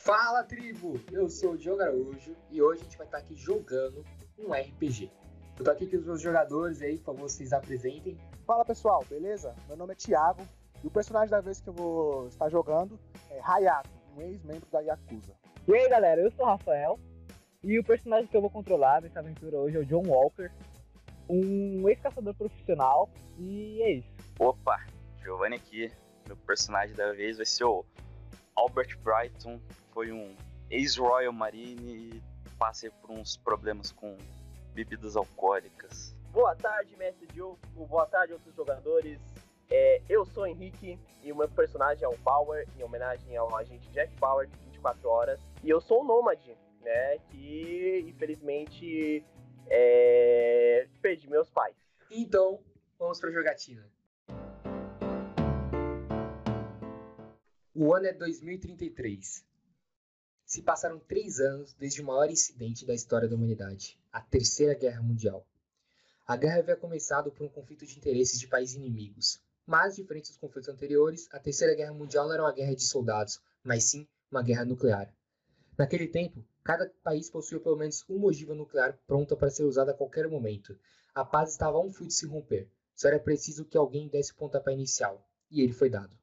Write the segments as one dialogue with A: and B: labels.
A: Fala tribo! Eu sou o Diogo Araújo e hoje a gente vai estar aqui jogando um RPG. Eu tô aqui com os meus jogadores aí, por favor, vocês apresentem.
B: Fala pessoal, beleza? Meu nome é Thiago e o personagem da vez que eu vou estar jogando é Hayato, um ex-membro da Yakuza.
C: E aí galera, eu sou o Rafael e o personagem que eu vou controlar nessa aventura hoje é o John Walker, um ex-caçador profissional e é isso.
D: Opa, Giovanni aqui. Meu personagem da vez vai ser o Albert Brighton. Foi um ex-Royal Marine e passei por uns problemas com bebidas alcoólicas.
E: Boa tarde, mestre Diogo. Boa tarde, outros jogadores. É, eu sou o Henrique e o meu personagem é o Bauer, em homenagem ao agente Jack Bauer de 24 horas. E eu sou um nômade, né? Que infelizmente é, perdi meus pais.
A: Então, vamos pra jogatina. O ano é 2033. Se passaram três anos desde o maior incidente da história da humanidade, a Terceira Guerra Mundial. A guerra havia começado por um conflito de interesses de países inimigos. Mas, diferente dos conflitos anteriores, a Terceira Guerra Mundial não era uma guerra de soldados, mas sim uma guerra nuclear. Naquele tempo, cada país possuía pelo menos uma ogiva nuclear pronta para ser usada a qualquer momento. A paz estava a um fio de se romper. Só era preciso que alguém desse o pontapé inicial, e ele foi dado.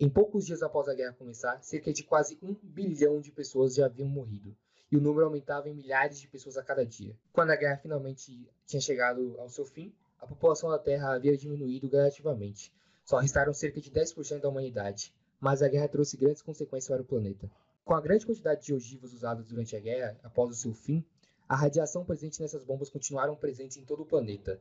A: Em poucos dias após a guerra começar, cerca de quase um bilhão de pessoas já haviam morrido, e o número aumentava em milhares de pessoas a cada dia. Quando a guerra finalmente tinha chegado ao seu fim, a população da Terra havia diminuído gradativamente. Só restaram cerca de 10% da humanidade, mas a guerra trouxe grandes consequências para o planeta. Com a grande quantidade de ogivas usadas durante a guerra, após o seu fim, a radiação presente nessas bombas continuaram presentes em todo o planeta.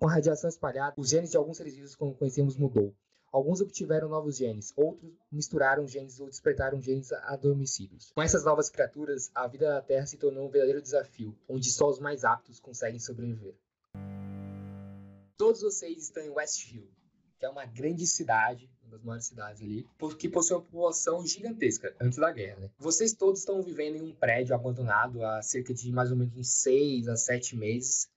A: Com a radiação espalhada, os genes de alguns seres vivos como conhecemos mudou. Alguns obtiveram novos genes, outros misturaram genes ou despertaram genes adormecidos. Com essas novas criaturas, a vida da Terra se tornou um verdadeiro desafio, onde só os mais aptos conseguem sobreviver. Todos vocês estão em West Hill, que é uma grande cidade, uma das maiores cidades ali, po- que possui uma população gigantesca antes da guerra. Né? Vocês todos estão vivendo em um prédio abandonado há cerca de mais ou menos uns seis a sete meses.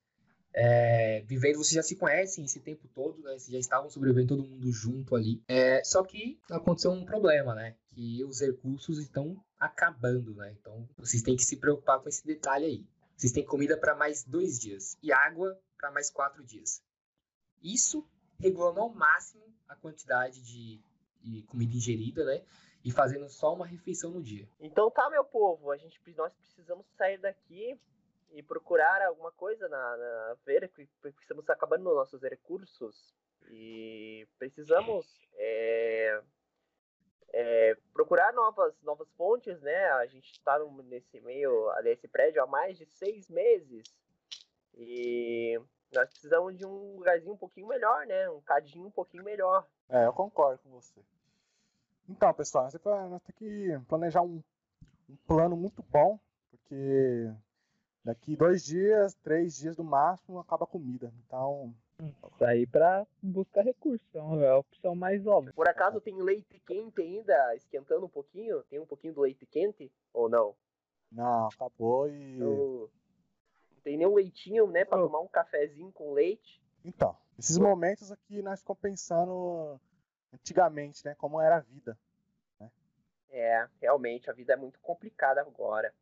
A: É, vivendo, vocês já se conhecem esse tempo todo, né? Vocês já estavam sobrevivendo todo mundo junto ali. É, só que aconteceu um problema, né? Que os recursos estão acabando, né? Então vocês têm que se preocupar com esse detalhe aí. Vocês têm comida para mais dois dias e água para mais quatro dias. Isso regulando ao máximo a quantidade de, de comida ingerida, né? E fazendo só uma refeição no dia.
E: Então tá, meu povo, a gente, nós precisamos sair daqui e procurar alguma coisa na, na feira, que porque estamos acabando os nossos recursos e precisamos é, é, procurar novas, novas fontes, né? A gente está nesse meio, nesse prédio há mais de seis meses e nós precisamos de um lugarzinho um pouquinho melhor, né? Um cadinho um pouquinho melhor.
B: É, eu concordo com você. Então, pessoal, nós temos que- nós temos que planejar um, um plano muito bom, porque daqui dois dias, três dias no máximo, acaba a comida. Então,
C: Sair pra buscar recursos, então é a opção mais óbvia.
E: Por acaso tem leite quente ainda esquentando um pouquinho? Tem um pouquinho do leite quente ou não?
B: não, acabou e.
E: Eu- Não tem nem um leitinho, né, pra
C: Não.
E: tomar um cafezinho com leite.
B: Então, esses momentos aqui nós ficamos pensando antigamente, né? Como era a vida.
E: É, realmente, a vida é muito complicada agora.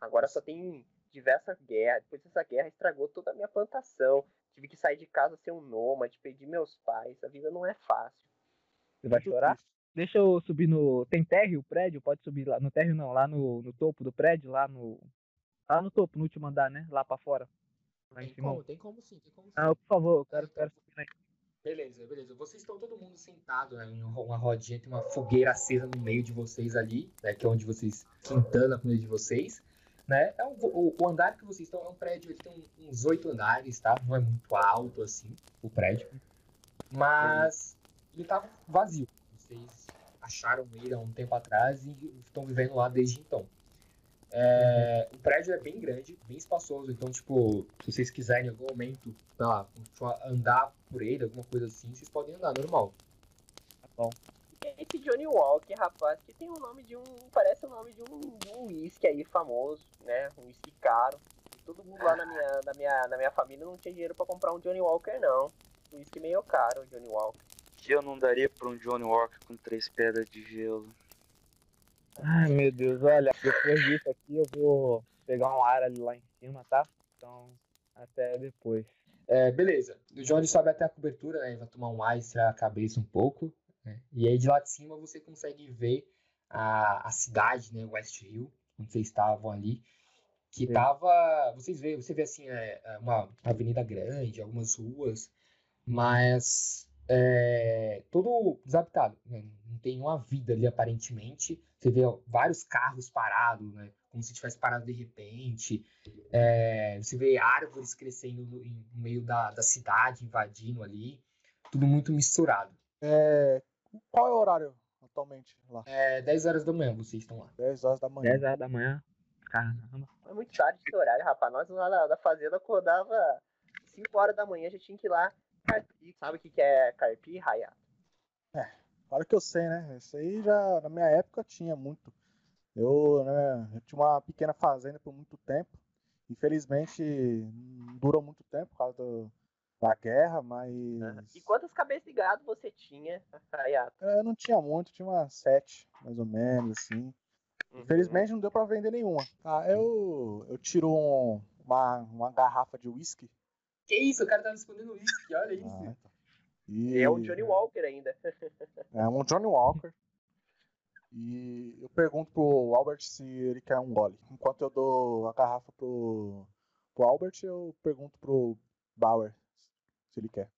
E: Agora só tem diversas guerras. Depois dessa guerra estragou toda a minha plantação. Tive que sair de casa ser um nômade, perdi meus pais. A vida não é fácil.
C: Você vai
B: Muito
C: chorar?
B: triste.
C: Deixa eu subir no. Tem térreo o prédio? Pode subir lá. No térreo não, lá no, no topo do prédio, lá no. Lá no topo, no último andar, né? Lá pra fora. Lá em
A: Tem
C: cima.
A: como, tem como sim, tem como sim.
C: Ah, por favor, eu quero, quero subir lá em
A: Beleza, beleza. Vocês estão todo mundo sentado né, em uma rodinha, tem uma fogueira acesa no meio de vocês ali, né, que é onde vocês quintando a comida de vocês, né? É um- o, o andar que vocês estão é um prédio, ele tem um- uns oito andares, tá? Não é muito alto assim o prédio, mas ele tava vazio. Vocês acharam ele há um tempo atrás e estão vivendo lá desde então. É, o prédio é bem grande, bem espaçoso, então, tipo, se vocês quiserem em algum momento, sei lá, continuar- andar por ele, alguma coisa assim, vocês podem andar normal.
C: Japão.
E: Esse Johnny Walker, rapaz, que tem o nome de um. Parece o nome de um de um uísque aí famoso, né? Um uísque caro. Todo mundo lá na minha, na, minha, na minha família não tinha dinheiro pra comprar um Johnny Walker, não. Um uísque meio caro, o Johnny Walker.
D: Que eu não daria pra um Johnny Walker com três pedras de gelo.
C: Ai, meu Deus, olha, depois disso aqui eu vou pegar um ar ali lá em cima, tá? Então, até depois.
A: É, beleza. O Johnny sobe até a cobertura, né? Vai tomar um ar, esfriar a cabeça um pouco. né? E aí de lá de cima você consegue ver a, a cidade, né? West Hill, onde vocês estavam ali. Que
C: Sim.
A: tava. Vocês vê, você vê assim, é, é uma avenida grande, algumas ruas, mas é, todo desabitado. né? Não tem uma vida ali aparentemente. Você vê ó, vários carros parados, né? Como se tivesse parado de repente. É, você vê árvores crescendo no, em- no meio da, da cidade, invadindo ali, tudo muito misturado.
B: É, qual é o horário atualmente lá?
A: É 10 horas da manhã vocês estão lá.
B: 10 horas da manhã.
C: 10 horas da manhã. Caramba.
E: É muito tarde esse horário, rapaz. Nós lá na, na fazenda acordava 5 horas da manhã, já tinha que ir lá carpir. Sabe o que, que é carpir, Raya?
B: Claro que eu sei, né? Isso aí já na minha época tinha muito. Eu, né, eu tinha uma pequena fazenda por muito tempo. Infelizmente não durou muito tempo por causa do- da guerra, mas
E: É. E quantas cabeças de gado você tinha, Raya?
B: eu não tinha muito, tinha umas sete, mais ou menos, assim. Infelizmente não deu pra vender nenhuma. Ah, eu, eu tiro um- uma, uma garrafa de uísque.
A: Que isso, o cara tá escondendo uísque, olha isso.
B: Ah, tá. E-
E: É o Johnny Walker ainda.
B: É um Johnny Walker. E eu pergunto pro Albert se ele quer um gole. Enquanto eu dou a garrafa pro, pro Albert, eu pergunto pro Bauer se ele quer.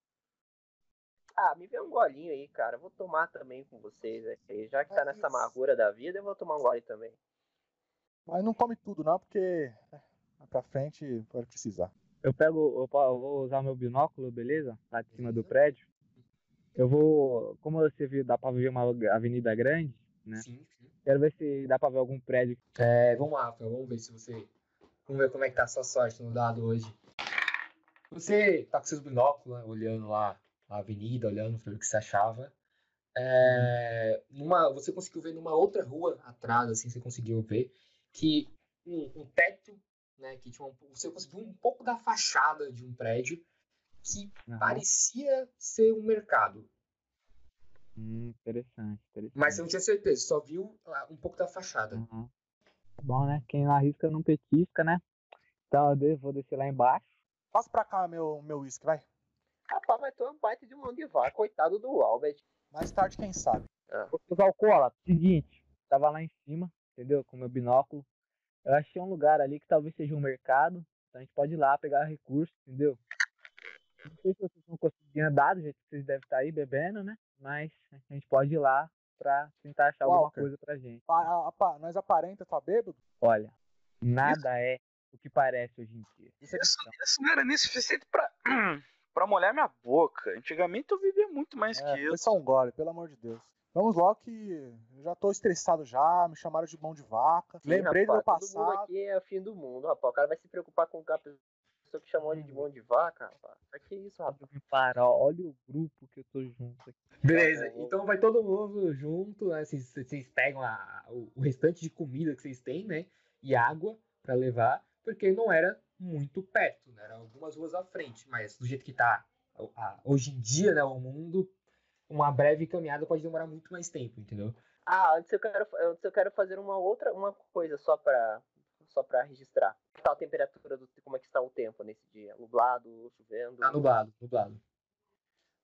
E: Ah, me vê um golinho aí, cara. Eu Vou tomar também com vocês aí. Já que tá nessa amargura da vida, eu vou tomar um gole também.
B: Mas não come tudo não, porque é, mais pra frente pode precisar.
C: Eu pego, eu po- eu vou usar meu binóculo, beleza? Lá de cima do prédio. Eu vou, como você viu, dá pra ver uma avenida grande, né?
A: Sim, sim.
C: Quero ver se dá pra ver algum prédio.
A: É, vamos lá, Rafael, vamos ver se você. Vamos ver como é que tá a sua sorte no dado hoje. Você tá com seus binóculos, né, olhando lá a avenida, olhando pra ver o que você achava. É, numa, você conseguiu ver numa outra rua atrás, assim, você conseguiu ver que um, um teto, né, que tinha um, você conseguiu um pouco da fachada de um prédio que parecia ser um mercado,
C: Hum, interessante, interessante.
A: mas você não tinha certeza, só viu ah, um pouco da fachada.
C: Uhum. Tá Bom, né? Quem não arrisca não petisca, né? Então eu de- vou descer lá embaixo.
B: Passa pra cá meu meu uísque, vai.
E: Rapaz, mas tu é um baita de um mão de vaca, coitado do Albert.
B: Mais tarde, quem sabe.
C: Os alcoólatras, seguinte, tava lá em cima, entendeu? Com meu binóculo. Eu achei um lugar ali que talvez seja um mercado. Então a gente pode ir lá pegar recursos, entendeu? Não sei se vocês vão conseguir andar do jeito que vocês devem estar aí bebendo, né? Mas a gente pode ir lá pra tentar achar alguma
B: Walker.
C: coisa pra gente.
B: Pa- apa- nós aparenta tá bêbado?
C: Olha, nada é o que parece hoje em dia.
B: Isso é
D: Isso,
B: questão.
D: isso não era nem suficiente pra, pra molhar minha boca. Antigamente eu vivia muito mais
B: É,
D: que
B: foi
D: isso.
B: só um gole, pelo amor de Deus. Vamos logo que eu já tô estressado já, me chamaram de mão de vaca. Lembrei do meu
E: rapaz, Todo mundo
B: passado.
E: aqui é o fim do mundo, rapaz. O cara vai se preocupar com a pessoa que chamou
B: Hum.
E: ele de mão de vaca, rapaz. Pra que isso, rapaz?
C: Para, ó, olha o grupo que eu tô junto aqui.
A: Beleza,
E: Tá bom.
A: então vai todo mundo junto, né? Vocês, vocês pegam a- o, o restante de comida que vocês têm, né? E água pra levar, porque não era muito perto, né? Era algumas ruas à frente, mas do jeito que tá a- a- hoje em dia, né? O mundo, uma breve caminhada pode demorar muito mais tempo, entendeu?
E: Ah, antes eu quero, antes eu quero fazer uma outra uma coisa só pra, só pra registrar. é Que tal a temperatura, do, como é que está o tempo nesse dia? Nublado, chovendo?
A: Tá nublado, nublado.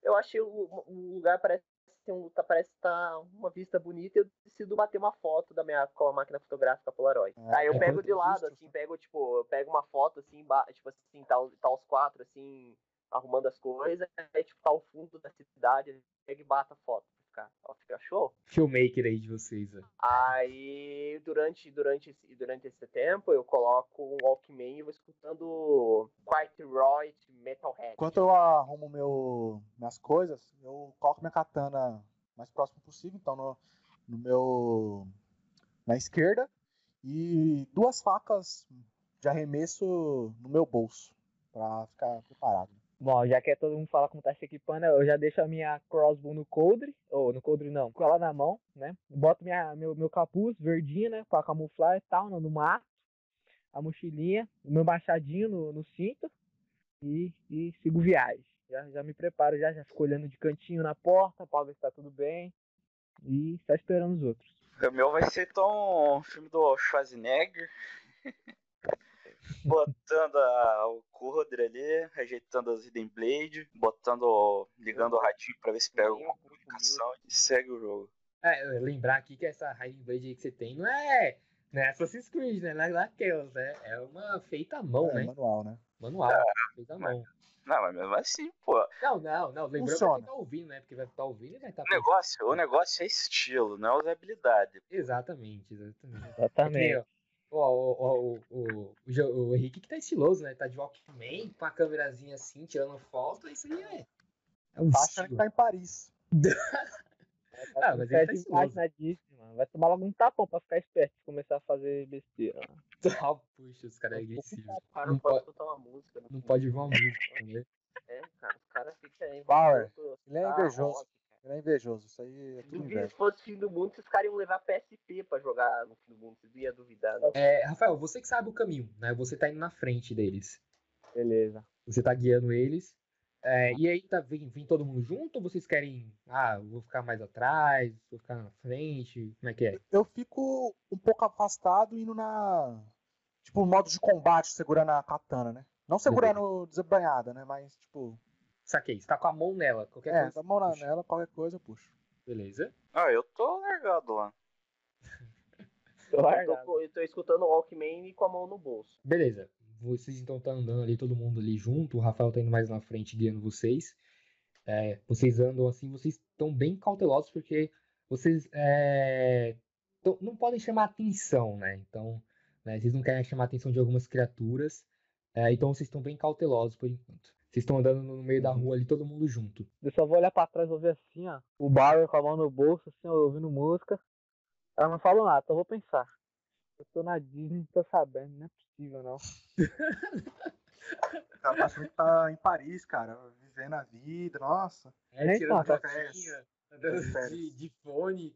E: Eu achei o, o lugar parece ter um, tá, parece estar uma vista bonita. Eu decido bater uma foto da minha com a máquina fotográfica Polaroid.
B: É,
E: Aí eu
A: é
E: pego
A: muito
E: de lado,
B: justo.
E: assim, pego tipo, eu pego uma foto assim, ba- tipo assim, tá, o- tá os quatro assim arrumando as coisas, aí tipo tá o fundo da cidade, eu pego e bato a foto. Fica, ó, fica show.
A: Filmmaker aí de vocês, né?
E: Aí, durante, durante, esse- durante esse tempo, eu coloco um Walkman e vou escutando White Roy Metalhead.
B: Enquanto eu arrumo meu, minhas coisas, eu coloco minha katana mais próximo possível, então no, no meu na esquerda e duas facas de arremesso no meu bolso pra ficar preparado.
C: Bom, já que é todo mundo falar como tá se equipando, eu já deixo a minha crossbow no coldre, ou no coldre não, com ela na mão, né? Boto minha, meu, meu capuz verdinho, né? Pra camuflar e tal, no no mato. A mochilinha, o meu machadinho no, no cinto e, e sigo viagem. Já, já me preparo, já, já fico olhando de cantinho na porta pra ver se tá tudo bem e só esperando os outros.
D: O meu vai ser então um filme do Schwarzenegger. botando a- o Codre ali, ajeitando as Hidden Blade, botando. ligando o ratinho pra ver se pega alguma comunicação e segue o jogo.
A: É, lembrar aqui que essa Hiding Blade aí que você tem não é, não é Assassin's Creed, né? Não é Laqueus, né? É uma feita à mão,
B: É,
A: né?
B: manual, né?
A: Manual, feita à
D: mas-
A: mão.
D: Não, mas mesmo assim, pô.
A: Não, não, não. Lembrando pra quem
B: Funciona.
A: tá ouvindo, né? Porque vai estar ouvindo e vai estar
D: O negócio, o negócio é estilo, não é usabilidade.
A: Exatamente, exatamente. É que nem,
C: Exatamente.
A: ó, ó, ó, ó, o, o, o, Jo- o Henrique que tá estiloso, né? Tá de Walkman, com a câmerazinha assim, tirando foto, isso aí é. É um
B: Tá achando que
A: estilo.
B: tá em Paris.
A: Ah, mas ele
C: Ficar
A: tá estiloso.
C: imaginadíssimo, mano. Vai tomar logo um tapão pra ficar esperto e começar a fazer besteira. mano.
A: Tá, puxa, os caras é agressivos.
E: Cara,
A: Não
E: não pode
A: pode-
E: botar uma música. né?
A: Não pode ver uma música, né?
E: É, cara, os caras ficam aí.
B: Power.
E: inventando
B: Ele é
E: tá,
B: invejoso.
E: rock, cara.
B: Ele é invejoso, isso aí é tudo
E: Duvido
B: inveja.
E: se fosse fim do mundo, esses caras iam levar PSP pra jogar no fim do mundo. Vocês não iam duvidar, não.
A: É, Rafael, você que sabe o caminho, né? Você tá indo na frente deles.
C: Beleza.
A: Você tá guiando eles. É, e aí tá, vem, vem todo mundo junto ou vocês querem. Ah, eu vou ficar mais atrás, vou ficar na frente? Como é que é?
B: Eu fico um pouco afastado indo na. Tipo, modo de combate, segurando a katana, né? Não segurando desembanhada, né? Mas, tipo.
A: Saquei, você tá com a mão nela, qualquer
B: É,
A: coisa.
B: dá a mão na-
A: puxa.
B: nela, qualquer coisa eu puxo.
A: Beleza.
D: Ah, eu tô largado lá.
C: Tô
E: Eu tô,
C: largado.
E: co- eu tô escutando o Walkman e com a mão no bolso.
A: Beleza. Vocês então tá andando ali, todo mundo ali junto. O Rafael tá indo mais na frente, guiando vocês. É, vocês andam assim, vocês estão bem cautelosos porque vocês é, tão- não podem chamar atenção, né? Então, né, vocês não querem chamar atenção de algumas criaturas. é, então vocês estão bem cautelosos por enquanto. Vocês estão andando no meio da rua ali, todo mundo junto.
C: Eu só vou olhar pra trás e vou ver assim, ó. O Bauer com a mão no bolso, assim, ouvindo música. Ela não falou nada, só vou pensar. Eu tô na Disney, tô sabendo, não é possível, não.
B: O cara tá achando que tá em Paris, cara. Vivendo a vida, nossa.
A: É,
C: Então,
A: tirando
B: tá-
A: fotinha, andando Tá de, de fone.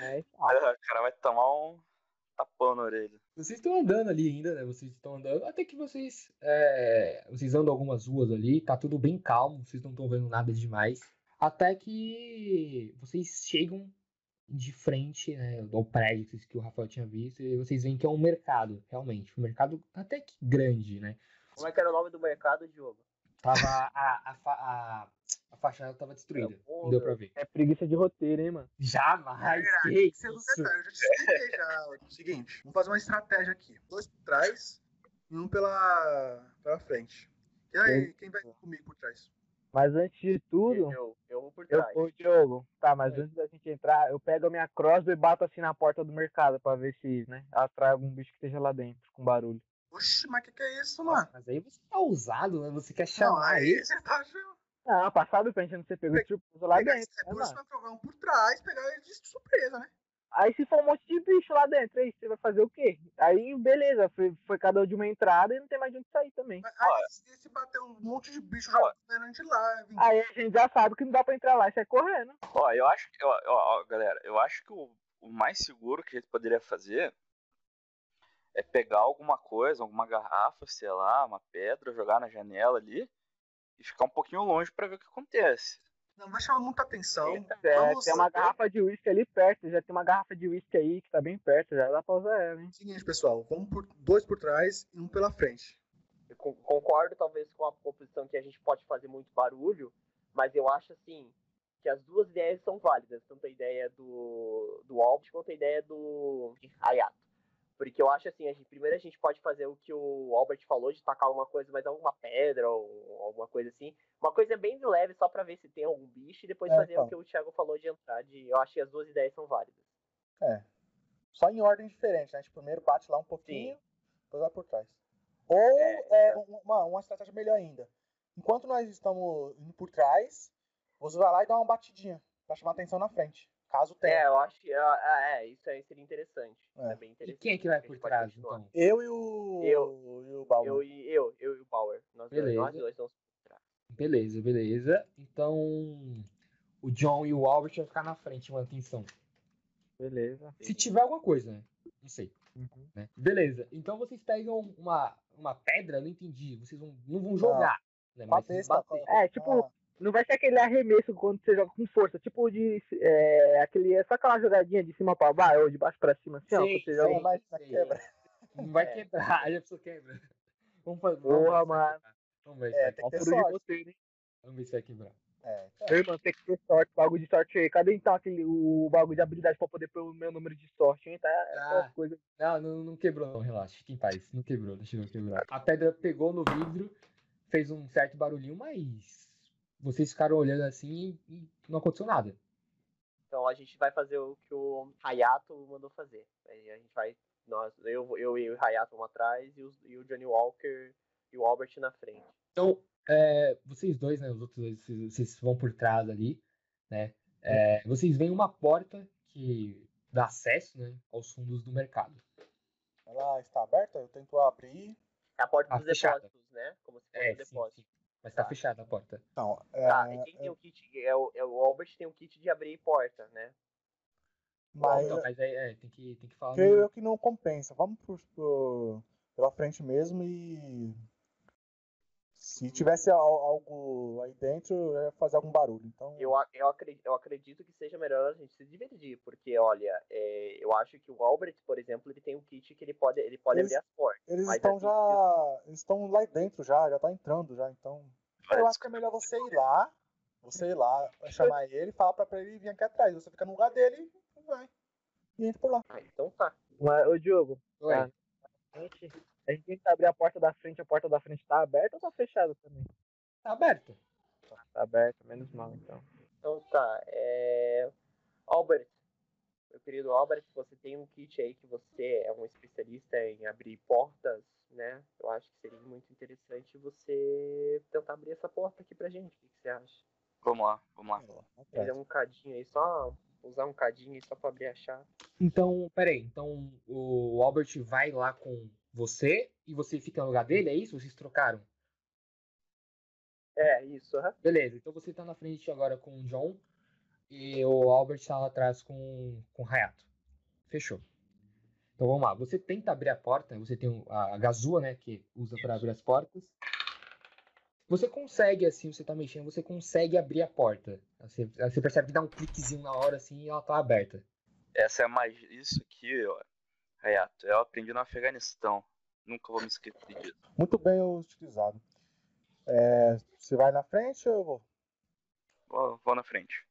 C: É,
D: Aí O cara vai tomar um tapão na orelha.
A: Vocês estão andando ali ainda, né? Vocês estão andando. Até que vocês. é, vocês andam algumas ruas ali, tá tudo bem calmo, vocês não estão vendo nada demais. Até que vocês chegam de frente, né, ao prédio que- que o Rafael tinha visto, e vocês veem que é um mercado, realmente. Um mercado até que grande, né?
E: Como é que era o nome do mercado, Diogo?
A: Tava. A, a, fa- a, a fachada tava destruída. Não deu pra ver.
C: é preguiça de roteiro, hein, mano.
A: Jamais! que
B: Você não
A: isso?
B: detalhe, é eu já te expliquei já. É o Seguinte, vamos fazer uma estratégia aqui. Dois por trás e um pela, pela frente. E aí, quem vai comigo por trás?
C: Mas antes de tudo,
E: Eu, eu vou por
C: eu,
E: trás.
C: ô Diogo, tá, mas
A: Oi.
C: antes da gente entrar, eu pego a minha crossbow e bato assim na porta do mercado pra ver se, né, atrai algum bicho que esteja lá dentro, com barulho.
B: Oxi, mas que que é isso, mano?
A: Mas aí você tá ousado, né? Você quer
B: Não,
A: chamar.
B: aí você tá achando.
C: Ah, passado pra gente não ser pego de surpresa lá
B: Pegar
C: dentro,
B: esse
C: né,
B: recurso
C: mano?
B: pra provar um por trás, pegar ele de surpresa, né?
C: Aí se for um monte de bicho lá dentro, aí você vai fazer o quê? Aí, beleza, foi, foi cada um de uma entrada e não tem mais de onde sair também.
B: Mas
D: Olha.
B: aí se, se bater um monte de bicho já
D: Olha.
B: vendo de lá, vem
C: Aí a gente já sabe que não dá pra entrar lá, isso é correndo.
D: Ó, eu acho que. Ó, ó, ó, galera, eu acho que o, o mais seguro que a gente poderia fazer é pegar alguma coisa, alguma garrafa, sei lá, uma pedra, jogar na janela ali e ficar um pouquinho longe pra ver o que acontece.
B: Não vai chamar muita atenção.
C: É,
B: Vamos
C: tem uma garrafa de uísque ali perto, já tem uma garrafa de uísque aí que tá bem perto, já dá pra usar ela, hein?
B: Seguinte, pessoal, vamos por dois por trás e um pela frente.
E: Eu con- concordo, talvez, com a composição que a gente pode fazer muito barulho, mas eu acho, assim, que as duas ideias são válidas, tanto a ideia do, do Albert quanto a ideia do Hayato. Porque eu acho assim, a gente- primeiro a gente pode fazer o que o Albert falou, de tacar alguma coisa, mas alguma pedra ou alguma coisa assim. Uma coisa bem de leve, só pra ver se tem algum bicho, e depois
B: É,
E: fazer
B: então.
E: o que o Thiago falou de entrar. De, eu acho que as duas ideias são válidas.
B: Só em ordem diferente, né? A gente primeiro bate lá um pouquinho, depois vai por trás. Ou
E: É,
B: é, uma, uma estratégia melhor ainda. Enquanto nós estamos indo por trás, você vai lá e dá uma batidinha pra chamar atenção na frente. Caso tenha.
E: É, eu acho que. ah, é, isso aí seria interessante.
B: É.
E: É bem
A: E
E: interessante.
A: quem é que vai
E: a
A: por
E: gente pode
A: trás,
E: continuar.
A: então?
B: Eu e o.
E: Eu.
B: E o Balma.
E: Eu e eu, eu e o Bauer. Nós dois,
A: Beleza.
E: nós dois vamos.
A: Beleza, beleza. Então, o John e o Albert vão ficar na frente, mano, atenção.
C: Beleza.
A: Se tiver alguma coisa, né? Não sei. né? Beleza. Então vocês pegam uma, uma pedra, não entendi. Vocês vão, não vão jogar, né?
B: Com Ah, a
A: Mas vocês
B: besta.
A: batem.
C: É, tipo, Não vai ser aquele arremesso quando você joga com força, tipo de. É, aquele, só aquela jogadinha de cima pra baixo, ou de baixo pra cima, assim, ó.
A: Sim,
C: quando Você joga
A: sim.
B: mais na quebra.
A: Não vai
E: É.
A: quebrar, aí a pessoa quebra. Vamos fazer.
C: Porra,
A: vamos ver se vai
C: mano.
A: quebrar. Vamos ver se vai quebrar. Vamos ver
B: É, tem que ter sorte.
C: Ó, pro de você, né?
A: se vai quebrar.
B: É,
C: Meu irmão, tem que ter sorte, bagulho de sorte aí. Cadê então aquele, o bagulho de habilidade pra poder pôr o meu número de sorte, hein? Tá, essas
A: Ah.
C: coisas.
A: Não, não, não quebrou, não, relaxa. Fique em paz. Não quebrou, não chegou a quebrar. A pedra pegou no vidro, fez um certo barulhinho, mas vocês ficaram olhando assim e e não aconteceu nada.
E: Então a gente vai fazer o que o Hayato mandou fazer. Aí a gente vai. Nós, eu, eu e o Hayato vamos atrás e, os- e o Johnny Walker e o Albert na frente.
A: Então, é, vocês dois, né? Os outros dois, vocês, vocês vão por trás ali, né? é, vocês veem uma porta que dá acesso, né, aos fundos do mercado.
B: ela está aberta, eu tento abrir.
E: É a porta
A: Ah,
E: dos
A: fechada.
E: depósitos, né? Como se fosse
A: É,
E: um
A: sim,
E: depósito.
A: sim. Mas tá
E: Tá.
A: fechada a porta.
B: Não, é,
E: Tá, e quem tem o kit? É o, é o Albert tem o kit de abrir porta, né?
B: mas
A: Então, mas é, é, tem que, tem que falar.
B: creio
A: no-
B: Ah, eu que não compensa. Vamos por, por- pela frente mesmo e. Se tivesse al- algo aí dentro, eu ia fazer algum barulho. Então,
E: Eu, a- eu, acredito, eu acredito que seja melhor a gente se dividir, porque, olha, é, eu acho que o Albert, por exemplo, ele tem um kit que ele pode, ele pode
B: Eles-
E: abrir as portas.
B: eles
E: mas
B: estão
E: assim,
B: já. Eles estão lá dentro já, já tá entrando já, então. Eu acho que é melhor você ir lá, você ir lá, chamar ele e falar pra, pra ele vir aqui atrás. Você fica no lugar dele e vai. E entra por lá.
E: Ah, então tá.
C: Mas, ô Diogo,
A: Ué,
C: Ah. a gente, a gente tem que abrir a porta da frente, a porta da frente tá aberta ou tá fechada também?
A: tá aberta.
C: Tá aberta, menos mal então.
E: Então tá. é, Albert, meu querido Albert, você tem um kit aí que você é um especialista em abrir portas, né? Eu acho que seria muito interessante você tentar abrir essa porta aqui pra gente. O que que você acha?
D: Vamos lá, vamos lá.
E: Ele é um cadinho aí, só usar um cadinho aí só pra abrir a chave.
A: Então, peraí, então o Albert vai lá com você e você fica no lugar dele, é isso? Vocês trocaram?
E: É, isso, aham.
A: Beleza, então você tá na frente agora com o John e o Albert tá lá atrás com, com o Hayato. Fechou. Então vamos lá, você tenta abrir a porta, você tem o- a, a gazua, né, que usa pra abrir as portas. Você consegue, assim, você tá mexendo, você consegue abrir a porta. Você, você percebe que dá um cliquezinho na hora, assim, e ela tá aberta.
D: Essa é mais isso que, ó, Hayato, eu aprendi no Afeganistão. Nunca vou me esquecer disso.
B: Muito bem utilizado. É, você vai na frente ou eu vou?
D: Vou, vou na frente.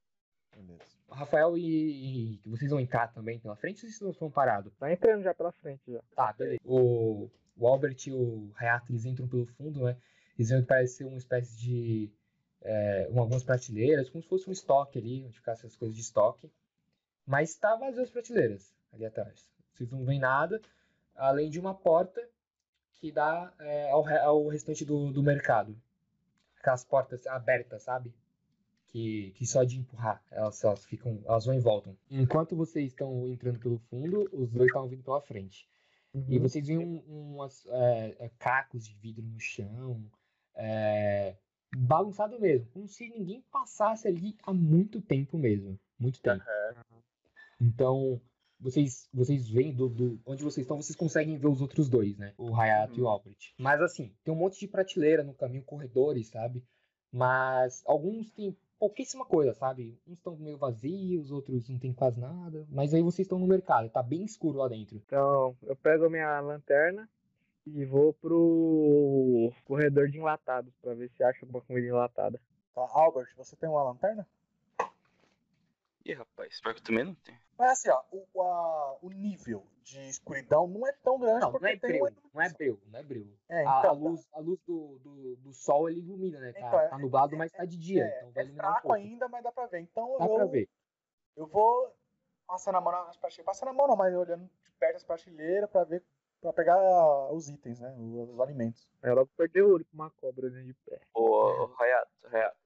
B: Beleza.
A: Rafael e, e vocês vão entrar também pela frente ou vocês não estão parados?
C: Tá entrando já pela frente já.
A: Tá, beleza. O, o Albert e o Hayato, eles entram pelo fundo, né? Eles veem que parece ser uma espécie de... é, um- algumas prateleiras, como se fosse um estoque ali, onde ficassem as coisas de estoque. Mas tá vazio as prateleiras ali atrás. Vocês não veem nada, além de uma porta que dá é, ao, re- ao restante do, do mercado. Aquelas portas abertas, sabe? Que, que só de empurrar, elas, elas ficam, elas vão e voltam. Enquanto vocês estão entrando pelo fundo, os dois estavam vindo pela frente. E vocês veem um- umas é, é, cacos de vidro no chão, é, bagunçado mesmo, como se ninguém passasse ali há muito tempo mesmo, muito tempo. Então, vocês vocês veem do, do- onde vocês estão, vocês conseguem ver os outros dois, né? O Hayato e o Albert. Mas assim, tem um monte de prateleira no caminho, corredores, sabe? Mas alguns têm pouquíssima coisa, sabe? Uns estão meio vazios, outros não tem quase nada. Mas aí vocês estão no mercado, tá bem escuro lá dentro.
C: Então, eu pego a minha lanterna e vou pro corredor de enlatados pra ver se acha alguma comida enlatada.
B: Tá, Albert, você tem uma lanterna?
D: Ih, rapaz, pior que eu também não tenho.
B: Mas assim, ó, o, a- o nível de escuridão não é tão grande
A: Não,
B: porque
A: não é
B: tem uma
A: breu, não é breu, não é breu.
B: É,
A: A, a
B: então,
A: luz, a luz do, do, do sol ele ilumina, né? Tá,
B: Então, é-
A: tá nublado, mas tá de dia,
B: é,
A: então vai
B: é
A: iluminar um
B: fraco
A: pouco.
B: ainda, mas dá pra ver. Então
A: Dá
B: eu,
A: pra ver.
B: eu vou passando a mão nas prateleiras. Passando a mão não, mas olhando de perto as prateleiras pra ver, pra pegar os itens, né? Os, os alimentos.
C: Aí eu logo perdeu o olho com uma cobra dentro de pé.
D: Ô, ô, Hayato, Hayato.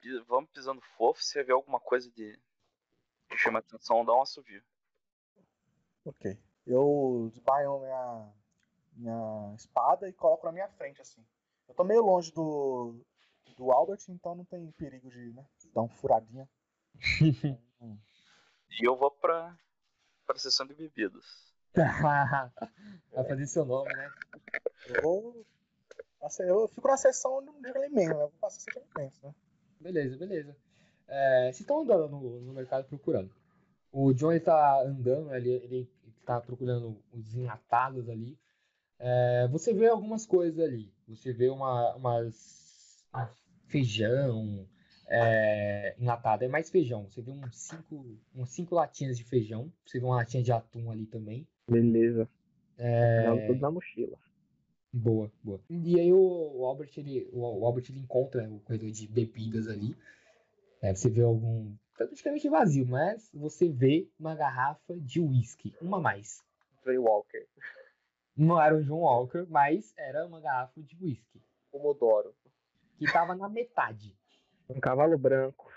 D: Pi- Vamos pisando fofo, se você vê alguma coisa de... que chama atenção, dá um assovio.
B: Ok. Eu desbaio minha, minha espada e coloco na minha frente, assim. Eu tô meio longe do, do Albert, então não tem perigo de né, dar uma furadinha.
D: E eu vou pra, pra sessão de bebidas.
A: vai fazer seu nome, né?
B: Eu vou Assim, eu fico na sessão de alimentos, né? Eu vou passar sessão de alimentos, né?
A: Beleza, beleza. É, vocês estão andando no, no mercado procurando. O John ele tá andando, ele, ele tá procurando os enlatados ali. É, você vê algumas coisas ali. Você vê uma, umas um feijão é, enlatado. É mais feijão. Você vê uns cinco, uns cinco latinhas de feijão. Você vê uma latinha de atum ali também.
C: Beleza.
A: É,
C: Jogo tudo na mochila.
A: Boa, boa. E aí o, o Albert, ele, o, o Albert ele encontra o corredor de bebidas ali. É, você vê algum. Tá praticamente vazio, mas você vê uma garrafa de uísque. Uma a mais.
E: Johnny Walker,
A: Não era um John Walker, mas era uma garrafa de uísque.
E: Pomodoro.
A: Que tava na metade.
C: Um cavalo branco.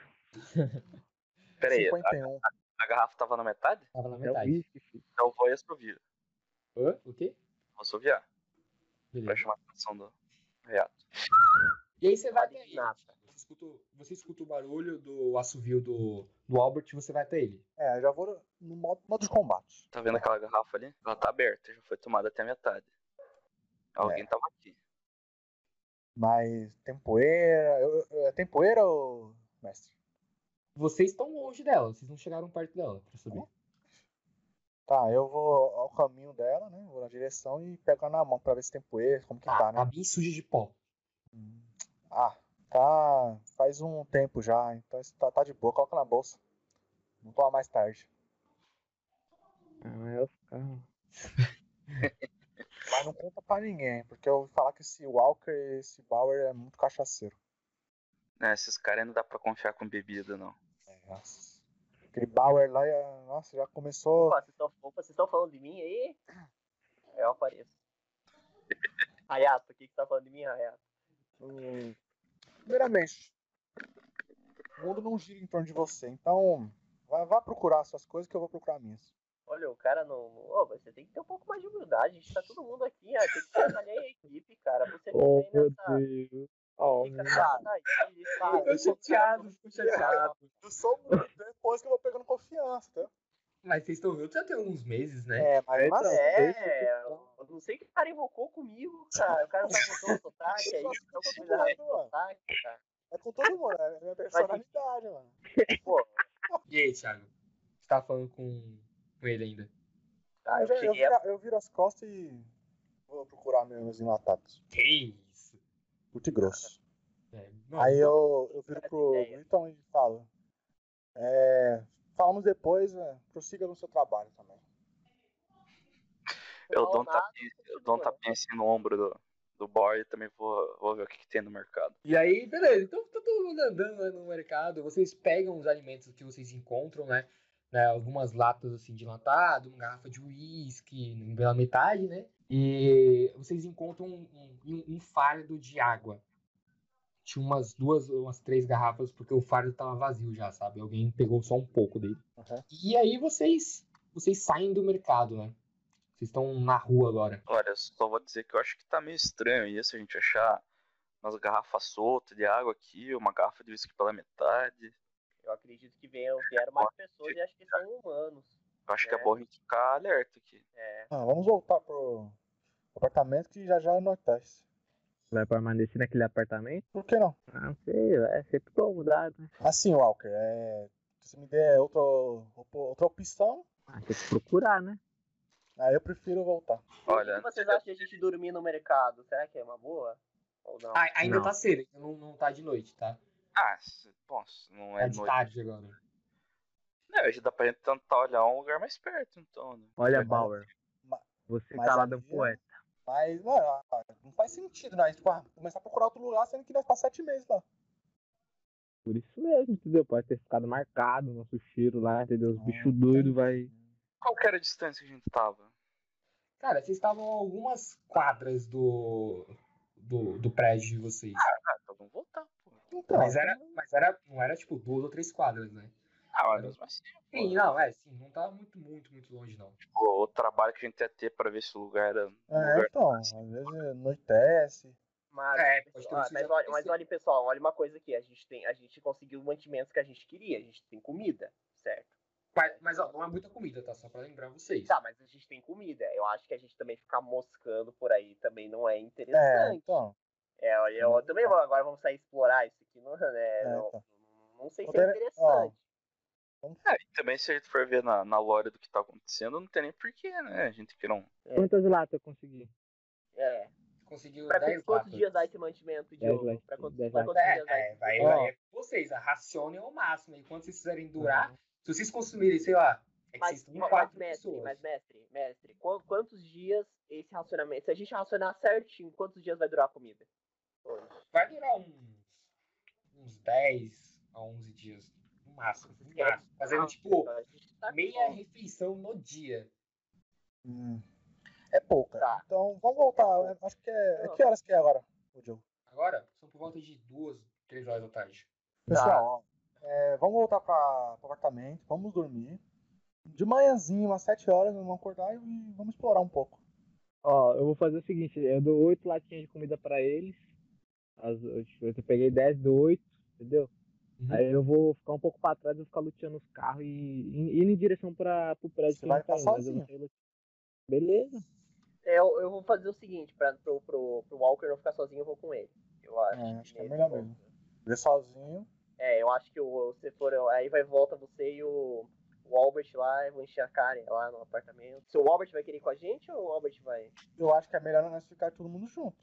D: Pera aí, a,
B: 51.
D: a garrafa tava na metade?
A: Tava na
C: É um
A: metade.
C: uísque, filho.
D: Então eu vou assoviar.
A: Hã? O quê?
D: Vou assoviar. Vai
A: Beleza.
D: chamar a atenção do reato.
A: E aí você vai até ele.
E: Nata.
A: Você escuta, o- você escuta o barulho do assovio do, do Albert e você vai até ele.
B: É, eu já vou no- no modo, modo de combate.
D: Tá vendo aquela garrafa ali? Ela tá aberta, já foi tomada até a metade. Alguém tava aqui.
B: Mas tem poeira. eu- eu- é, tem poeira, ô, mestre?
A: Vocês estão longe dela, vocês não chegaram perto dela pra saber.
B: Tá, eu vou ao caminho dela, né? Vou na direção e pego ela na mão pra ver se tem poeira, como que
A: Tá,
B: tá,
A: tá
B: né?
A: bem suja de pó.
B: Ah, tá. Faz um tempo já, então isso tá, tá de boa. Coloca na bolsa. Vou tomar mais tarde.
C: Ah, é os carros.
B: Mas não conta pra ninguém, porque eu ouvi falar que esse Walker, esse Bauer é muito cachaceiro.
D: Né, esses caras não dá pra confiar com bebida, não.
B: É, nossa. Aquele Bauer lá, é- nossa, já começou.
E: Opa, vocês estão- opa, vocês estão falando de mim aí? Aí eu apareço. Hayato, o que que tá falando de mim, Hayato?
B: Hum, Primeiramente, o mundo não gira em torno de você, então vá, vá procurar suas coisas que eu vou procurar minhas.
E: Olha, o cara não. Ô, mas você tem que ter um pouco mais de humildade. A gente tá todo mundo aqui, ah, tem que trabalhar em equipe, cara. Você
C: Oh,
E: que
C: meu
E: vem nessa.
C: Deus. Oh,
E: Fica nessa saída, cara.
A: tô
B: chateado. Eu sou um depois que eu vou pegando confiança, tá?
A: Mas vocês estão vendo, já tem alguns meses, né?
B: É, mas
C: Eita.
B: mas
E: É, eu não sei o que o cara invocou comigo, cara. O cara tá botando o sotaque aí, tá com coisa errada no sotaque, cara.
B: é com todo mundo, é minha personalidade, mano.
E: Pô,
A: E aí, Thiago? Você tá falando com, com ele ainda?
B: eu,
E: cara, Ah, eu
B: já- eu
E: cheguei a.
B: viro, eu viro as costas e vou procurar meus meus enlatados.
A: Que isso?
B: Muito grosso.
A: É, não,
B: Aí eu, eu viro pro
E: ideia.
B: Milton e falo. É, falamos depois, né? prossiga no seu trabalho também.
D: Eu dou um
E: nada,
D: tapinha, eu dou um tapinha assim no ombro do, do bar e também vou, vou ver o que, que tem no mercado.
A: E aí, beleza, então tá todo mundo andando né, no mercado, vocês pegam os alimentos que vocês encontram, né? né, algumas latas assim de enlatado, uma garrafa de uísque, pela metade, né? E vocês encontram um, um- um fardo de água. Tinha umas duas, umas três garrafas, porque o fardo tava vazio já, sabe? Alguém pegou só um pouco dele.
B: Uhum.
A: E aí vocês, vocês saem do mercado, né? Vocês estão na rua agora.
D: Olha, eu só vou dizer que eu acho que tá meio estranho isso, a gente achar umas garrafas soltas de água aqui, uma garrafa de uísque pela metade.
E: Eu acredito que venham, vieram mais pessoas e acho que são humanos.
D: Eu acho que é
E: É.
D: bom a gente ficar alerta aqui.
E: É.
B: Ah, vamos voltar pro apartamento que já é já anoitece.
C: Vai permanecer naquele apartamento?
B: Por que não?
C: Ah, não sei, é sempre bom mudar, né?
B: Assim, Walker, é, se me der outra, outra opção,
C: Ah, tem que procurar, né?
B: aí eu prefiro voltar.
E: O que
D: Olha,
E: vocês acham de a gente dormir no mercado? Será que é uma boa? Ou não?
A: Ah, ainda
C: Não.
A: tá cedo, ainda não, não tá de noite, tá?
D: ah, se- bom, se não
A: Tá
D: é
A: de
D: noite.
A: tarde agora.
D: Não, hoje dá pra gente tentar olhar um lugar mais perto, então, né?
C: Olha,
D: Vai-
C: Bauer.
B: Ma-
C: Você
B: mas
C: calado é um
B: ali-
C: poeta.
B: Mas, mano, ah, não faz sentido, né? A gente vai começar a procurar outro lugar, sendo que nós tá sete meses lá.
C: Por isso mesmo, entendeu? Pode ter ficado marcado o nosso cheiro lá, entendeu? Os
B: Ah,
C: bichos doidos vai.
D: Qual que era a distância que a gente tava?
A: Cara, vocês estavam a algumas quadras do, do, do prédio de vocês.
D: Ah, então vamos voltar, pô.
B: Então,
A: Mas é era, mas era, não era tipo duas ou três quadras, né?
D: Ah, mas mesmo assim,
A: Sim, não, é, sim, não tava muito, muito, muito longe, não.
D: tipo, o trabalho que a gente ia ter pra ver se o lugar era.
B: É, então, às vezes anoitece.
E: Mas,
A: É,
E: pessoal,
A: pode ter um
E: ah,
A: sujeito
E: mas, olha, mas
A: acontecendo.
E: olha, pessoal, olha uma coisa aqui. A gente, tem, a gente conseguiu os mantimentos que a gente queria. A gente tem comida, certo?
A: Mas, mas ó, não é muita comida, tá? Só pra lembrar vocês.
E: Tá, mas a gente tem comida. Eu acho que a gente também ficar moscando por aí também não é
B: É,
E: interessante.
B: então.
E: É, olha, eu também
A: tá.
E: vou, agora vamos sair explorar isso aqui, não, né?
B: É,
E: não,
B: tá.
E: não sei se é
B: Poder-
E: interessante.
D: É, e também se a gente for ver na, na lore do que tá acontecendo, não tem nem porquê, né? A gente que não.
C: Quantas latas eu consegui?
E: É.
A: Conseguiu
E: Pra
A: 10
E: quantos
A: latas.
E: dias dá esse mantimento, Diogo?
C: latas.
E: Pra quantos,
C: Dez
E: pra
C: latas.
E: quantos dias dá
A: É, é,
E: esse
A: vai,
B: Ó.
A: vai é com vocês. Racionem ao máximo. E quando vocês quiserem durar, se vocês consumirem, sei lá, é que vocês
E: Uhum. Mas,
A: têm
E: mas,
A: quatro
E: mestre,
A: pessoas.
E: mas mestre, mestre, qu- quantos dias esse racionamento, se a gente racionar certinho, quantos dias vai durar a comida?
A: Vai durar uns, uns 10 a 11 dias. No máximo. No
E: É.
A: máximo. Fazendo, tipo,
E: A gente tá com
A: meia
E: fome.
A: refeição no dia.
B: Hum, É pouca.
E: Tá.
B: Então vamos voltar. eu Acho que é. é Que horas que é agora, ô Diogo?
A: Agora, são por volta de duas, três horas da tarde.
B: Pessoal, ó, é, vamos voltar para o apartamento, vamos dormir. De manhãzinho, umas 7 horas, nós vamos acordar e vamos explorar um pouco.
C: Ó, eu vou fazer o seguinte, eu dou oito latinhas de comida pra eles. As, eu, eu peguei 10, dou 8, entendeu?
A: Uhum.
C: Aí eu vou ficar um pouco pra trás, vou ficar luteando os carros e e- indo em direção pra, pro prédio
B: Você
C: que a
B: vai
C: gente tá
B: ficar
C: indo, mas eu vou
B: sozinho.
C: sair luteando. Beleza.
E: É, eu, eu vou fazer o seguinte, pra, pro, pro, pro Walker não ficar sozinho, eu vou com ele. Eu acho.
B: É, acho que é
E: nesse
B: melhor
E: ponto.
B: mesmo. Ver sozinho.
E: É, eu acho que o, se for, eu- aí vai volta você e o, o Albert lá, eu vou encher a cara lá no apartamento. Se o Albert vai querer ir com a gente ou o Albert vai?
B: Eu acho que é melhor nós ficar todo mundo junto.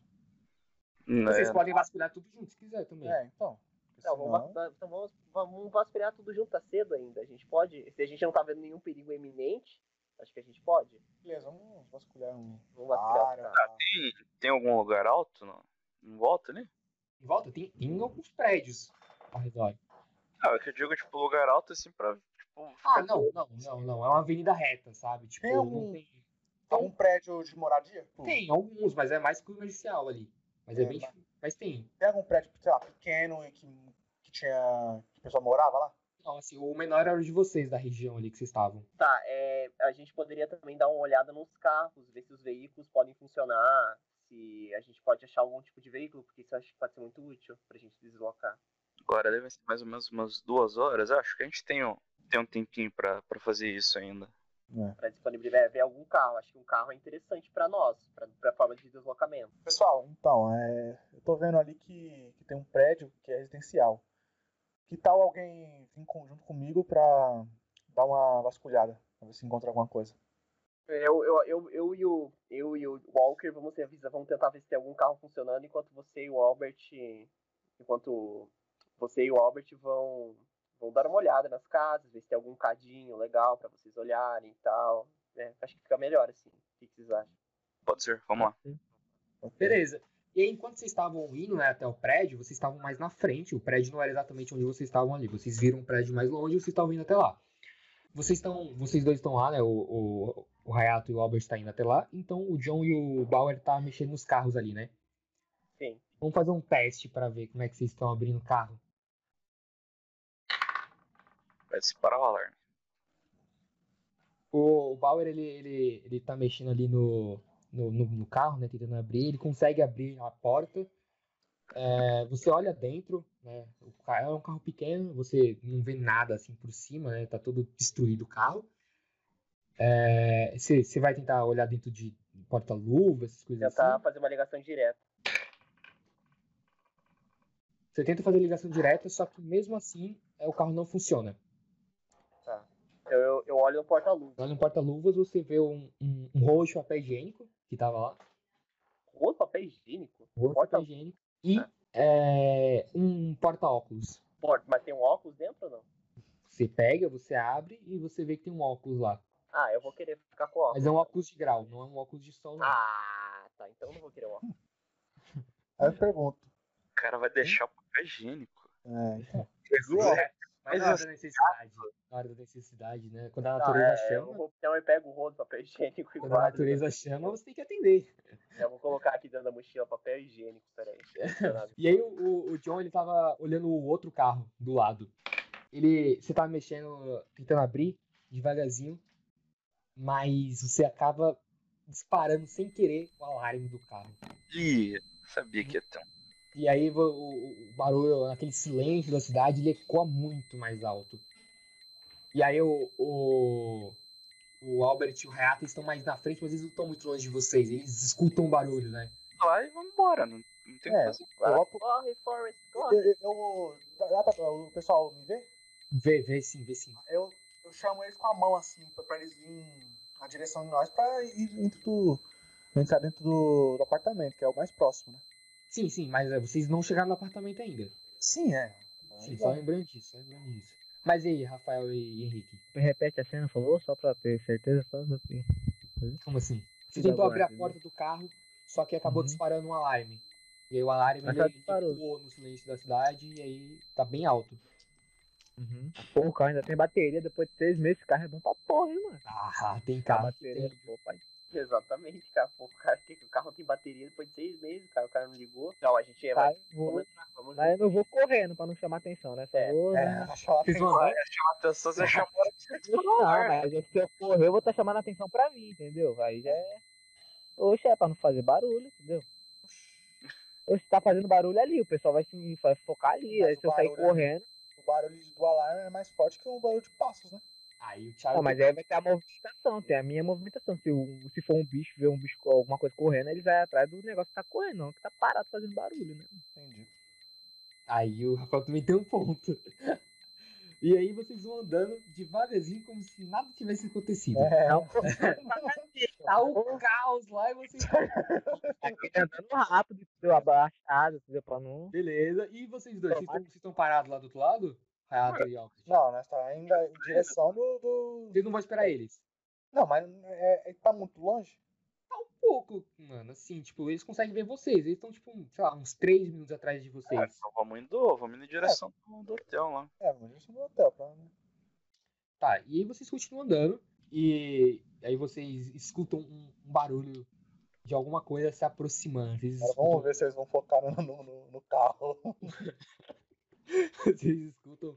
A: Vocês
D: É,
A: podem vasculhar tudo junto se quiser também.
B: É, então. Porque
E: Não, vamos,
B: senão-
E: vac- então vamos, vamos vasculhar tudo junto, tá cedo ainda. A gente pode, se a gente não tá vendo nenhum perigo iminente, acho que a gente pode.
B: Beleza, vamos vasculhar um.
E: Vamos vasculhar.
B: Cara,
E: tá?
D: tem, tem algum lugar alto não? em volta ali?
A: Em volta tem, tem alguns prédios ao redor.
D: Não, é que eu digo, tipo, lugar alto assim pra. Tipo,
A: Ah, não, não, não, não. É uma avenida reta, sabe? Tipo,
B: Tem algum-
A: não tem.
B: algum prédio de moradia?
A: Tem alguns, mas é mais comercial ali. Mas é,
B: É,
A: bem.
B: mas-
A: difícil. Mas tem.
B: Tem algum prédio, sei lá, pequeno e que, que tinha. que o pessoal morava lá?
A: Não, assim, o menor era o de vocês da região ali que vocês estavam.
E: Tá, é, a gente poderia também dar uma olhada nos carros, ver se os veículos podem funcionar, se a gente pode achar algum tipo de veículo, porque isso eu acho que pode ser muito útil pra gente deslocar.
D: Agora devem ser mais ou menos umas duas horas. Acho que a gente tem um, tem um tempinho pra, pra fazer isso ainda.
E: Pra disponibilizar, ver algum carro. Acho que um carro é interessante pra nós, pra, pra forma de deslocamento.
B: Pessoal, então, é, eu tô vendo ali que, que tem um prédio que é residencial. Que tal alguém vir com- junto comigo pra dar uma vasculhada, pra ver se encontra alguma coisa?
E: É, Eu, eu, eu, eu, e, o, eu e o Walker vamos, ter- vamos tentar ver se tem algum carro funcionando enquanto você e o Albert. Enquanto você e o Albert vão, vão dar uma olhada nas casas, ver se tem algum cadinho legal pra vocês olharem e tal. né? Acho que fica melhor assim. O que que vocês acham?
D: Pode ser, vamos lá.
A: Beleza. E aí, enquanto vocês estavam indo né, até o prédio, vocês estavam mais na frente. O prédio não era exatamente onde vocês estavam ali. Vocês viram o prédio mais longe e vocês estavam indo até lá. Vocês estão. Vocês dois estão lá, né? O, o, o Hayato e o Albert estão indo até lá. Então o John e o Bauer tá mexendo nos carros ali, né?
E: Sim.
A: Vamos fazer um teste pra ver como é que vocês estão abrindo o carro.
D: Vai né? disparar o alarme.
A: O, o Bauer, ele, ele, ele tá mexendo ali no, no, no- no carro, né? Tentando abrir. Ele consegue abrir a porta. É, você olha dentro, né? O carro é um carro pequeno, você não vê nada assim por cima, né? Tá todo destruído o carro. É, Você você vai tentar olhar dentro de porta-luva, essas coisas
E: Tentar
A: assim.
E: fazer uma ligação direta.
A: Você tenta fazer ligação direta, só que mesmo assim é, o carro não funciona.
E: Eu, eu, eu olho no porta-luva.
A: Lá no um porta-luvas você vê um, um, um rolo de papel higiênico que tava lá.
E: Rolo papel higiênico?
A: Um rolo de
E: Porta-
A: papel higiênico. E é, um porta-óculos.
E: Porta, mas tem um óculos dentro ou não?
A: Você pega, você abre e você vê que tem um óculos lá.
E: Ah, eu vou querer ficar com o óculos.
A: Mas é um óculos de grau, não é um óculos de sol, não.
E: Ah, tá. Então eu não vou querer um óculos.
B: Aí eu pergunto.
D: O cara vai deixar o papel higiênico.
B: É, então,
A: É, mas na hora
D: Mas
A: da necessidade. Na hora da necessidade, né? Quando a
E: Tá,
A: natureza
E: é, eu
A: chama,
E: vou- então eu pego o rolo de papel higiênico e
A: quando a
E: guardo.
A: natureza chama, você tem que atender.
E: É, Eu vou colocar aqui dentro da mochila papel higiênico, peraí.
A: E aí o, o- o John, ele tava olhando o outro carro do lado. Ele, você tava mexendo, tentando abrir, devagarzinho, mas você acaba disparando sem querer o alarme do carro.
D: Ih, sabia que ia ter um.
A: E aí vo- o, o- o barulho, aquele silêncio da cidade, ele ecoa muito mais alto. E aí o, o, o Albert e o Reata estão mais na frente, mas eles não estão muito longe de vocês. Eles escutam o barulho, né?
D: Lá e vambora. Não Não tem o que
B: É.
D: fazer.
E: Vai lá,
B: Eu vou-
E: corre, Forrest, corre.
B: Eu, eu- eu- dá pra- o pessoal me vê?
A: Vê, vê sim, vê sim.
B: Eu, eu chamo eles com a mão assim, pra, pra eles virem na direção de nós pra ir dentro do. entrar dentro do, do apartamento, que é o mais próximo, né?
A: Sim, sim, mas é, vocês não chegaram no apartamento ainda.
B: Sim, é.
C: Ah, tá.
A: Sim, só lembrando disso, só lembrando disso. Mas e aí, Rafael e Henrique?
C: Repete a cena, por favor, só pra ter certeza. Só assim.
A: Como assim? Você
C: Fiz
A: tentou
C: agora,
A: abrir a
C: entendeu?
A: porta do carro, só que acabou
C: Uhum.
A: disparando um alarme. E aí o alarme
C: Mas tá
A: ele
C: já disparou.
A: ecoou no silêncio da cidade e aí tá bem alto.
C: Uhum. Pô, o carro ainda tem bateria depois de seis meses. Esse carro é bom pra porra, hein, mano?
A: Ah, tem
C: Tá,
A: carro. que
C: bateria,
A: tem-
C: pô, pai.
E: Exatamente, cara. Pô, cara que, o carro tem bateria depois de seis meses, cara. O cara não ligou. Não, a gente é.
C: Tá,
E: vai-
C: vou-
E: Vamos entrar, vamos
C: Mas eu não vou correndo pra não chamar atenção, né? Só
E: É,
C: vou,
B: É,
C: né?
B: acho ela
A: Vocês
B: tem-
A: vão andar?
D: Atenção, você chamou
C: Não, mas se eu correr, eu vou estar chamando a atenção pra mim, entendeu? Aí já é. Oxe, é pra não fazer barulho, entendeu? Ou se tá fazendo barulho ali, o pessoal vai se vai focar ali.
B: Mas
C: Aí
B: o
C: se eu sair
B: barulho-
C: correndo.
B: O barulho do alarme é mais forte que o barulho de passos, né?
A: Aí o Thiago.
C: Não, mas aí vai ter a movimentação, tem a minha movimentação. Se, o- se for um bicho, ver um bicho, alguma coisa correndo, ele vai atrás do negócio que tá correndo, não que tá parado fazendo barulho, né?
B: Entendi.
A: Aí o Rafael também tem um ponto. E aí vocês vão andando devagarzinho como se nada tivesse acontecido.
B: É,
C: Não, pô,
A: Tá o caos lá e vocês.
C: aquele andando rápido, entendeu? abaixado, entendeu? Pra não.
A: Beleza. E vocês dois, vocês tão- vocês estão parados lá do outro lado? Ah, Rayato e Albert.
B: não, nós tá ainda em direção do. do-
A: Vocês não vão esperar eles.
B: Não, mas é, é, tá muito longe.
A: Tá um pouco, mano, assim, tipo, eles conseguem ver vocês. Eles estão, tipo, um, sei lá, uns três minutos atrás de vocês.
D: Ah, então vamos indo, vamos indo em direção do- do hotel lá.
B: É, mas isso no hotel, pra
A: Tá, e aí vocês continuam andando e aí vocês escutam um, um barulho de alguma coisa se aproximando. Vocês
B: Agora vamos
A: escutam,
B: ver se eles vão focar no, no- no- no carro.
A: vocês escutam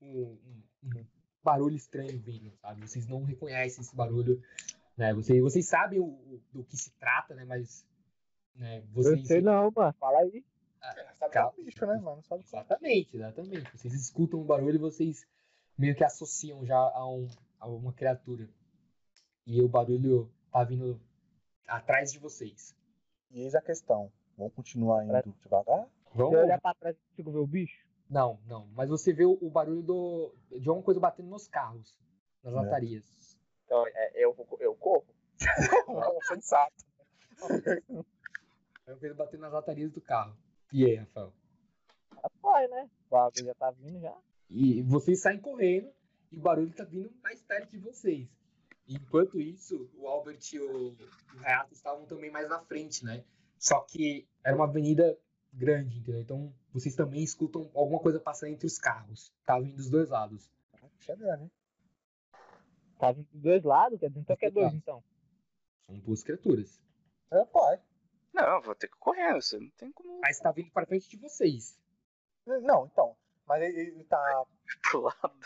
A: um, um- um barulho estranho vindo, sabe? Vocês não reconhecem esse barulho, né? Vocês, vocês sabem o- o- do que se trata, né? Mas né,
C: Eu
A: vocês...
C: sei não, mano. Fala aí.
B: Sabe que é um bicho, né, mano? Sabe que
A: Exatamente, exatamente. Vocês escutam o barulho e vocês meio que associam já a, um, a uma criatura. E o barulho tá vindo atrás de vocês.
B: E eis a questão. Vamos continuar indo devagar? Tá
C: Se
A: Vamos?
C: eu olhar pra trás, eu consigo ver o bicho.
A: Não, não. Mas você vê o, o barulho do, de alguma coisa batendo nos carros,
C: É.
A: nas
B: Né.
A: latarias.
E: Então, é, eu, vou- eu corro?
B: Sensato.
A: É uma coisa batendo nas latarias do carro. E aí, Rafael?
C: Apoio, né? O bagulho já tá vindo já.
A: E vocês saem correndo e o barulho tá vindo mais perto de vocês. Enquanto isso, o Albert e o o Hayato estavam também mais na frente, né? Só que era uma avenida grande, entendeu? Então vocês também escutam alguma coisa passando entre os carros. Tá vindo dos dois lados.
B: Chegando, hein?
C: Tá vindo dos dois lados, quer dizer, então que é dois, então.
A: São duas criaturas.
B: É, pai.
D: Não, eu vou ter que correr, você não tem como
A: Mas tá vindo pra frente de vocês.
B: Não, então. Mas ele, ele tá.
D: ir pro lado.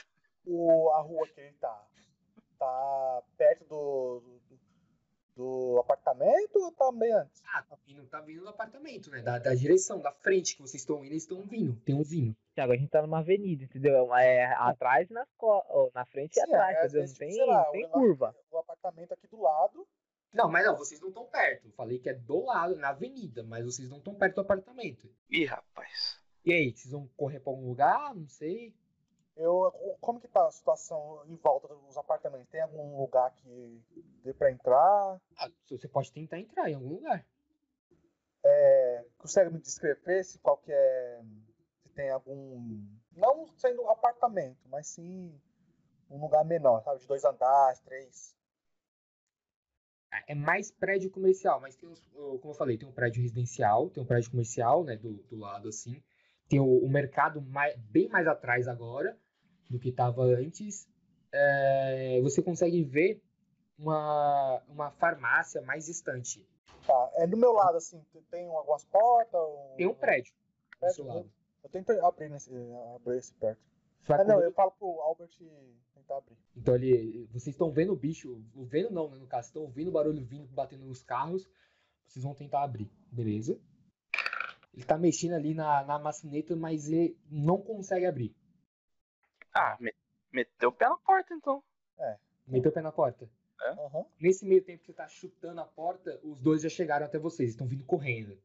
B: O, a rua que ele tá. Tá perto do. do, do apartamento ou tá meio antes?
A: Ah, tá vindo, tá vindo do apartamento, né? Da, da direção, da frente que vocês estão indo, eles estão vindo. Tem um vindo.
C: Tiago, a gente tá numa avenida, entendeu? É uma- É atrás e nas co... ou na frente e
B: Sim,
C: atrás,
B: é, às
C: entendeu?
B: vezes,
C: Não
B: tipo,
C: tem,
B: sei lá,
C: não tem
B: o-
C: curva.
B: O apartamento aqui do lado.
A: Não, mas não, vocês não estão perto. Eu Falei que é do lado, na avenida, mas vocês não estão perto do apartamento.
D: Ih, rapaz.
A: E aí, vocês vão correr pra algum lugar? Ah, Não sei.
B: Eu, como que tá a situação em volta dos apartamentos? Tem algum lugar que dê pra entrar?
A: Ah, você pode tentar entrar em algum lugar.
B: É, consegue me descrever se qualquer se tem algum não sendo um apartamento, mas sim um lugar menor, sabe, de dois andares, três.
A: É mais prédio comercial, mas tem uns, o- como eu falei, tem um prédio residencial, tem um prédio comercial, né, do, do lado assim. Tem o, o mercado mai- bem mais atrás agora do que estava antes. É, você consegue ver uma, uma farmácia mais distante.
B: Tá, é do meu lado assim, t- tem algumas portas, um-
A: Tem um prédio do
B: Prédio
A: seu lado.
B: Eu tento abrir nesse abrir esse perto.
A: Você vai
B: Ah, não,
A: correr-
B: eu falo pro Albert tentar abrir.
A: Então ele, vocês estão vendo o bicho, o vendo não, né, no caso, estão ouvindo o barulho vindo, batendo nos carros, vocês vão tentar abrir, beleza? Ele tá mexendo ali na, na maçaneta, mas ele não consegue abrir.
D: Ah, me- meteu o pé na porta então.
A: Meteu o pé na porta.
B: Aham.
A: Nesse meio tempo que você tá chutando a porta, os dois já chegaram até vocês, estão vindo correndo.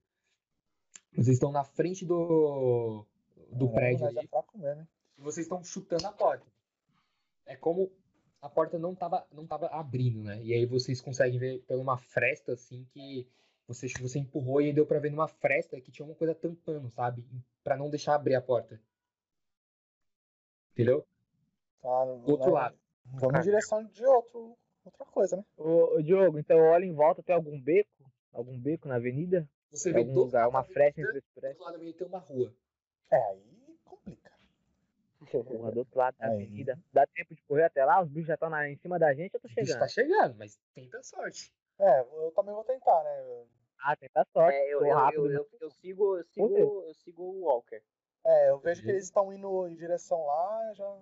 A: Vocês estão na frente do, do
B: Caramba,
A: Um prédio
B: nós
A: ali
B: É fraco mesmo, hein?
A: e vocês estão chutando a porta. É como a porta não tava, não tava abrindo, né? E aí vocês conseguem ver pela uma fresta assim que você, você empurrou e aí deu pra ver numa fresta que tinha uma coisa tampando, sabe? Pra não deixar abrir a porta. Entendeu?
B: Tá,
A: Do outro
B: nós-
A: lado. Tá.
B: Vamos em direção de outro, outra coisa, né?
C: Ô, ô, Diogo, então olha em volta, tem algum beco? Algum beco na avenida?
A: Você vê
C: algum
A: do,
C: lugar, uma fresta entre os
A: do
C: prédios?
A: outro lado meio tem uma rua.
B: É, aí complica.
C: Porra, do outro lado da
B: Aí.
C: avenida. Dá tempo de correr até lá? Os bichos já estão na- em cima da gente, eu tô
A: O bicho
C: chegando.
A: tá chegando, mas tenta a sorte.
B: É, eu também vou tentar, né?
C: Ah, tenta sorte.
E: É, eu,
C: sou
E: eu,
C: rápido,
E: eu,
C: né?
E: eu- eu sigo, eu
C: Ô,
E: sigo, eu sigo o Walker.
B: É, eu vejo que
A: Entendi.
B: eles estão indo em direção lá, já.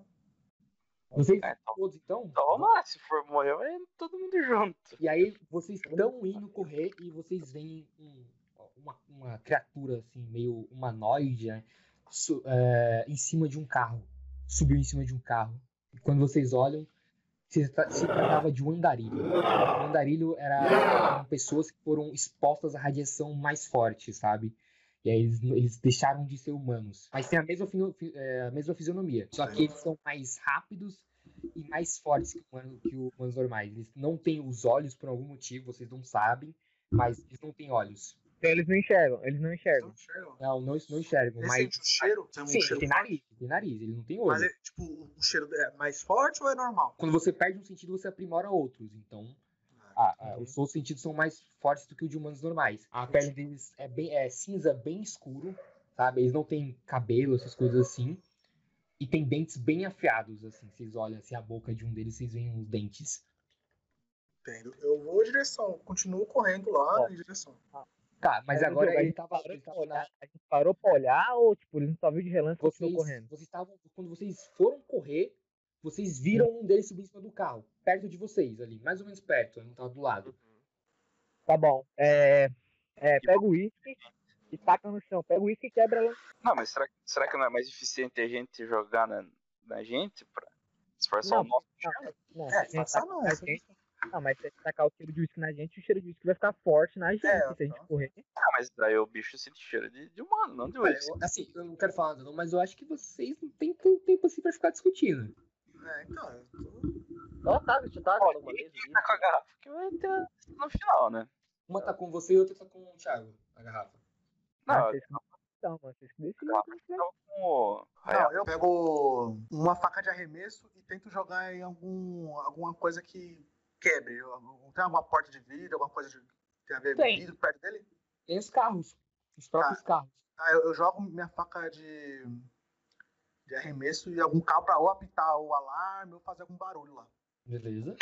A: Vocês
D: É, então,
A: todos então?
D: toma lá, se for morrer, vai todo mundo junto.
A: E aí vocês estão indo correr e vocês veem um- uma, uma criatura assim, meio humanoide, né? Su- é, em cima de um carro. Subiu em cima de um carro. E quando vocês olham, se, tra- se tratava de um andarilho. O andarilho era eram pessoas que foram expostas à radiação mais forte, sabe? E aí eles, eles deixaram de ser humanos. Mas tem a mesma, fino- fi- é, a mesma fisionomia. Só que eles são mais rápidos e mais fortes que, humano, que os humanos normais. Eles não têm os olhos por algum motivo, vocês não sabem, mas eles não têm olhos.
C: Então eles não enxergam, eles não enxergam.
F: Não um cheiro.
A: Não, não, não enxergam,
F: Ele
A: mas.
F: sente o cheiro? Tem um
A: Sim, ele
F: cheiro
A: tem
F: forte?
A: nariz, ele tem nariz, ele não tem olho.
F: Mas, é, tipo, o cheiro é mais forte ou é normal?
A: Quando você perde um sentido, você aprimora outros. Então, ah, ah,
F: uhum.
A: os seus sentidos são mais fortes do que os de humanos normais. A pele deles é, bem, é cinza, bem escuro, sabe? Eles não têm cabelo, essas coisas assim. E tem dentes bem afiados, assim. Vocês olham assim, a boca de um deles, vocês veem os dentes.
F: Entendo. Eu vou em direção, continuo correndo lá em direção.
A: Tá, né? mas
C: Era o
A: agora
C: Diogo, a
A: ele
C: gente
A: tava,
C: parou
A: ele tá
C: pra
A: tava na,
C: olhar- A gente parou pra olhar ou, tipo, ele não só viu de relance e
A: Vocês,
C: continuou correndo?
A: vocês estavam, quando vocês foram correr, vocês viram um deles subir em cima do carro, perto de vocês ali, mais ou menos perto, ele não tava do lado.
C: Tá bom. É, é, pega o uísque e taca no chão. Pega o uísque e quebra lá.
D: Não, mas será, será que não é mais eficiente a gente jogar na, na gente pra disfarçar
C: Não,
D: o nosso?
C: Não,
F: É,
C: se a gente
F: passa
C: taca
F: não,
C: na
F: é
C: gente- não, mas se a gente tacar o cheiro de uísque na gente, o cheiro de uísque vai ficar forte na gente.
F: É,
C: se a gente
F: tá.
C: correr,
D: Ah, mas daí o bicho sente cheiro de, de humano, não de
A: Olha,
D: olho.
A: eu- assim, eu não quero falar nada, não, mas eu acho que vocês não têm tanto tempo assim pra ficar discutindo.
F: É, então, eu tô...
E: Ó, tá, eu te tava
D: Ó,
E: falando uma vez.
D: Tá com a garrafa que vai ter no final, né?
A: Uma tá com você e outra tá com o Thiago, a garrafa.
C: ah,
D: Não, é
C: vocês que então, mano. Vocês que decidem.
D: Claro. então com o.
F: Não, eu pego uma faca de arremesso e tento jogar em algum, alguma coisa que quebre. Eu- Não tem alguma porta de vidro, alguma coisa de, tem a ver com
A: Tem.
F: vidro perto dele?
A: Tem os carros, os próprios carros.
F: Ah, eu, eu jogo minha faca de, de arremesso e algum carro pra ou apitar o alarme ou fazer algum barulho lá.
A: Beleza.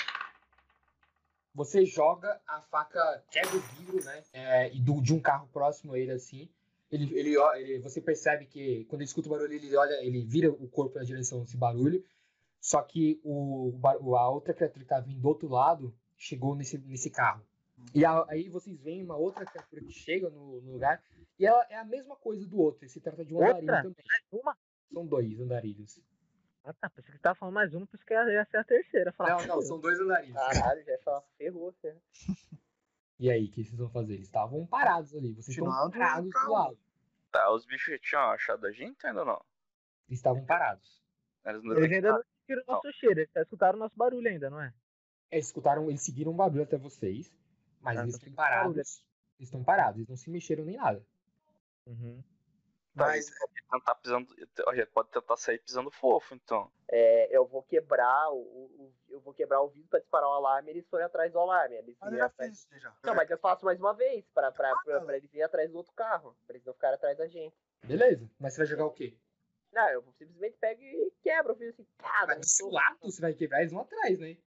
A: Você joga a faca, quebra o vidro, né? é, e do- de um carro próximo a ele, assim. Ele, ele, ó- ele- você percebe que quando ele escuta o barulho, ele olha, ele vira o corpo na direção desse barulho. Só que o, bar- a outra criatura que tá vindo do outro lado chegou nesse, nesse carro. E a- aí vocês veem uma outra criatura que chega no, no lugar. E ela é a mesma coisa do outro. Se trata de um
C: Outra?
A: andarilho também.
C: Uma?
A: São dois andarilhos.
C: Ah, tá. Pensei que você tava falando mais uma, por isso que ia ia ser a terceira. Falar,
A: Não, não, são dois andarilhos.
E: Caralho, já é só ferrou, né? ferrou.
A: E aí, o que vocês vão fazer? Eles estavam parados ali. Vocês estão
F: Continuando,
A: parados do
F: calma.
A: lado.
D: Tá, os bichos tinham achado a gente ainda não?
A: Eles estavam parados.
D: Eles não
C: Eles ainda não sentiram o
D: Não.
C: nosso cheiro. Eles só escutaram o nosso barulho ainda, não é?
A: Eles escutaram, eles seguiram o barulho até vocês, mas
C: Ah,
A: eles
C: tá
F: então
A: estão
C: tudo
A: parados.
C: barulho.
A: Eles estão parados, eles não se mexeram nem nada.
C: Uhum.
F: Mas
D: tentar pisando. Olha, pode tentar sair pisando fofo, então.
E: É, eu vou quebrar o, o- o- Eu vou quebrar o vidro pra disparar o alarme eles forem atrás do alarme. Eles
F: mas
E: virem
F: eu já
E: atrás-
F: fiz isso já.
E: Não, mas eu faço mais uma vez, pra, pra,
F: Ah,
E: pra,
F: não.
E: pra eles virem atrás do outro carro. Pra eles não ficarem atrás da gente.
A: Beleza, mas você vai jogar o quê?
E: Não, eu simplesmente pego e quebro. Eu fiz assim, pá,
A: Mas
E: não
A: do seu
E: sou-
A: lado você vai quebrar, eles vão atrás, né?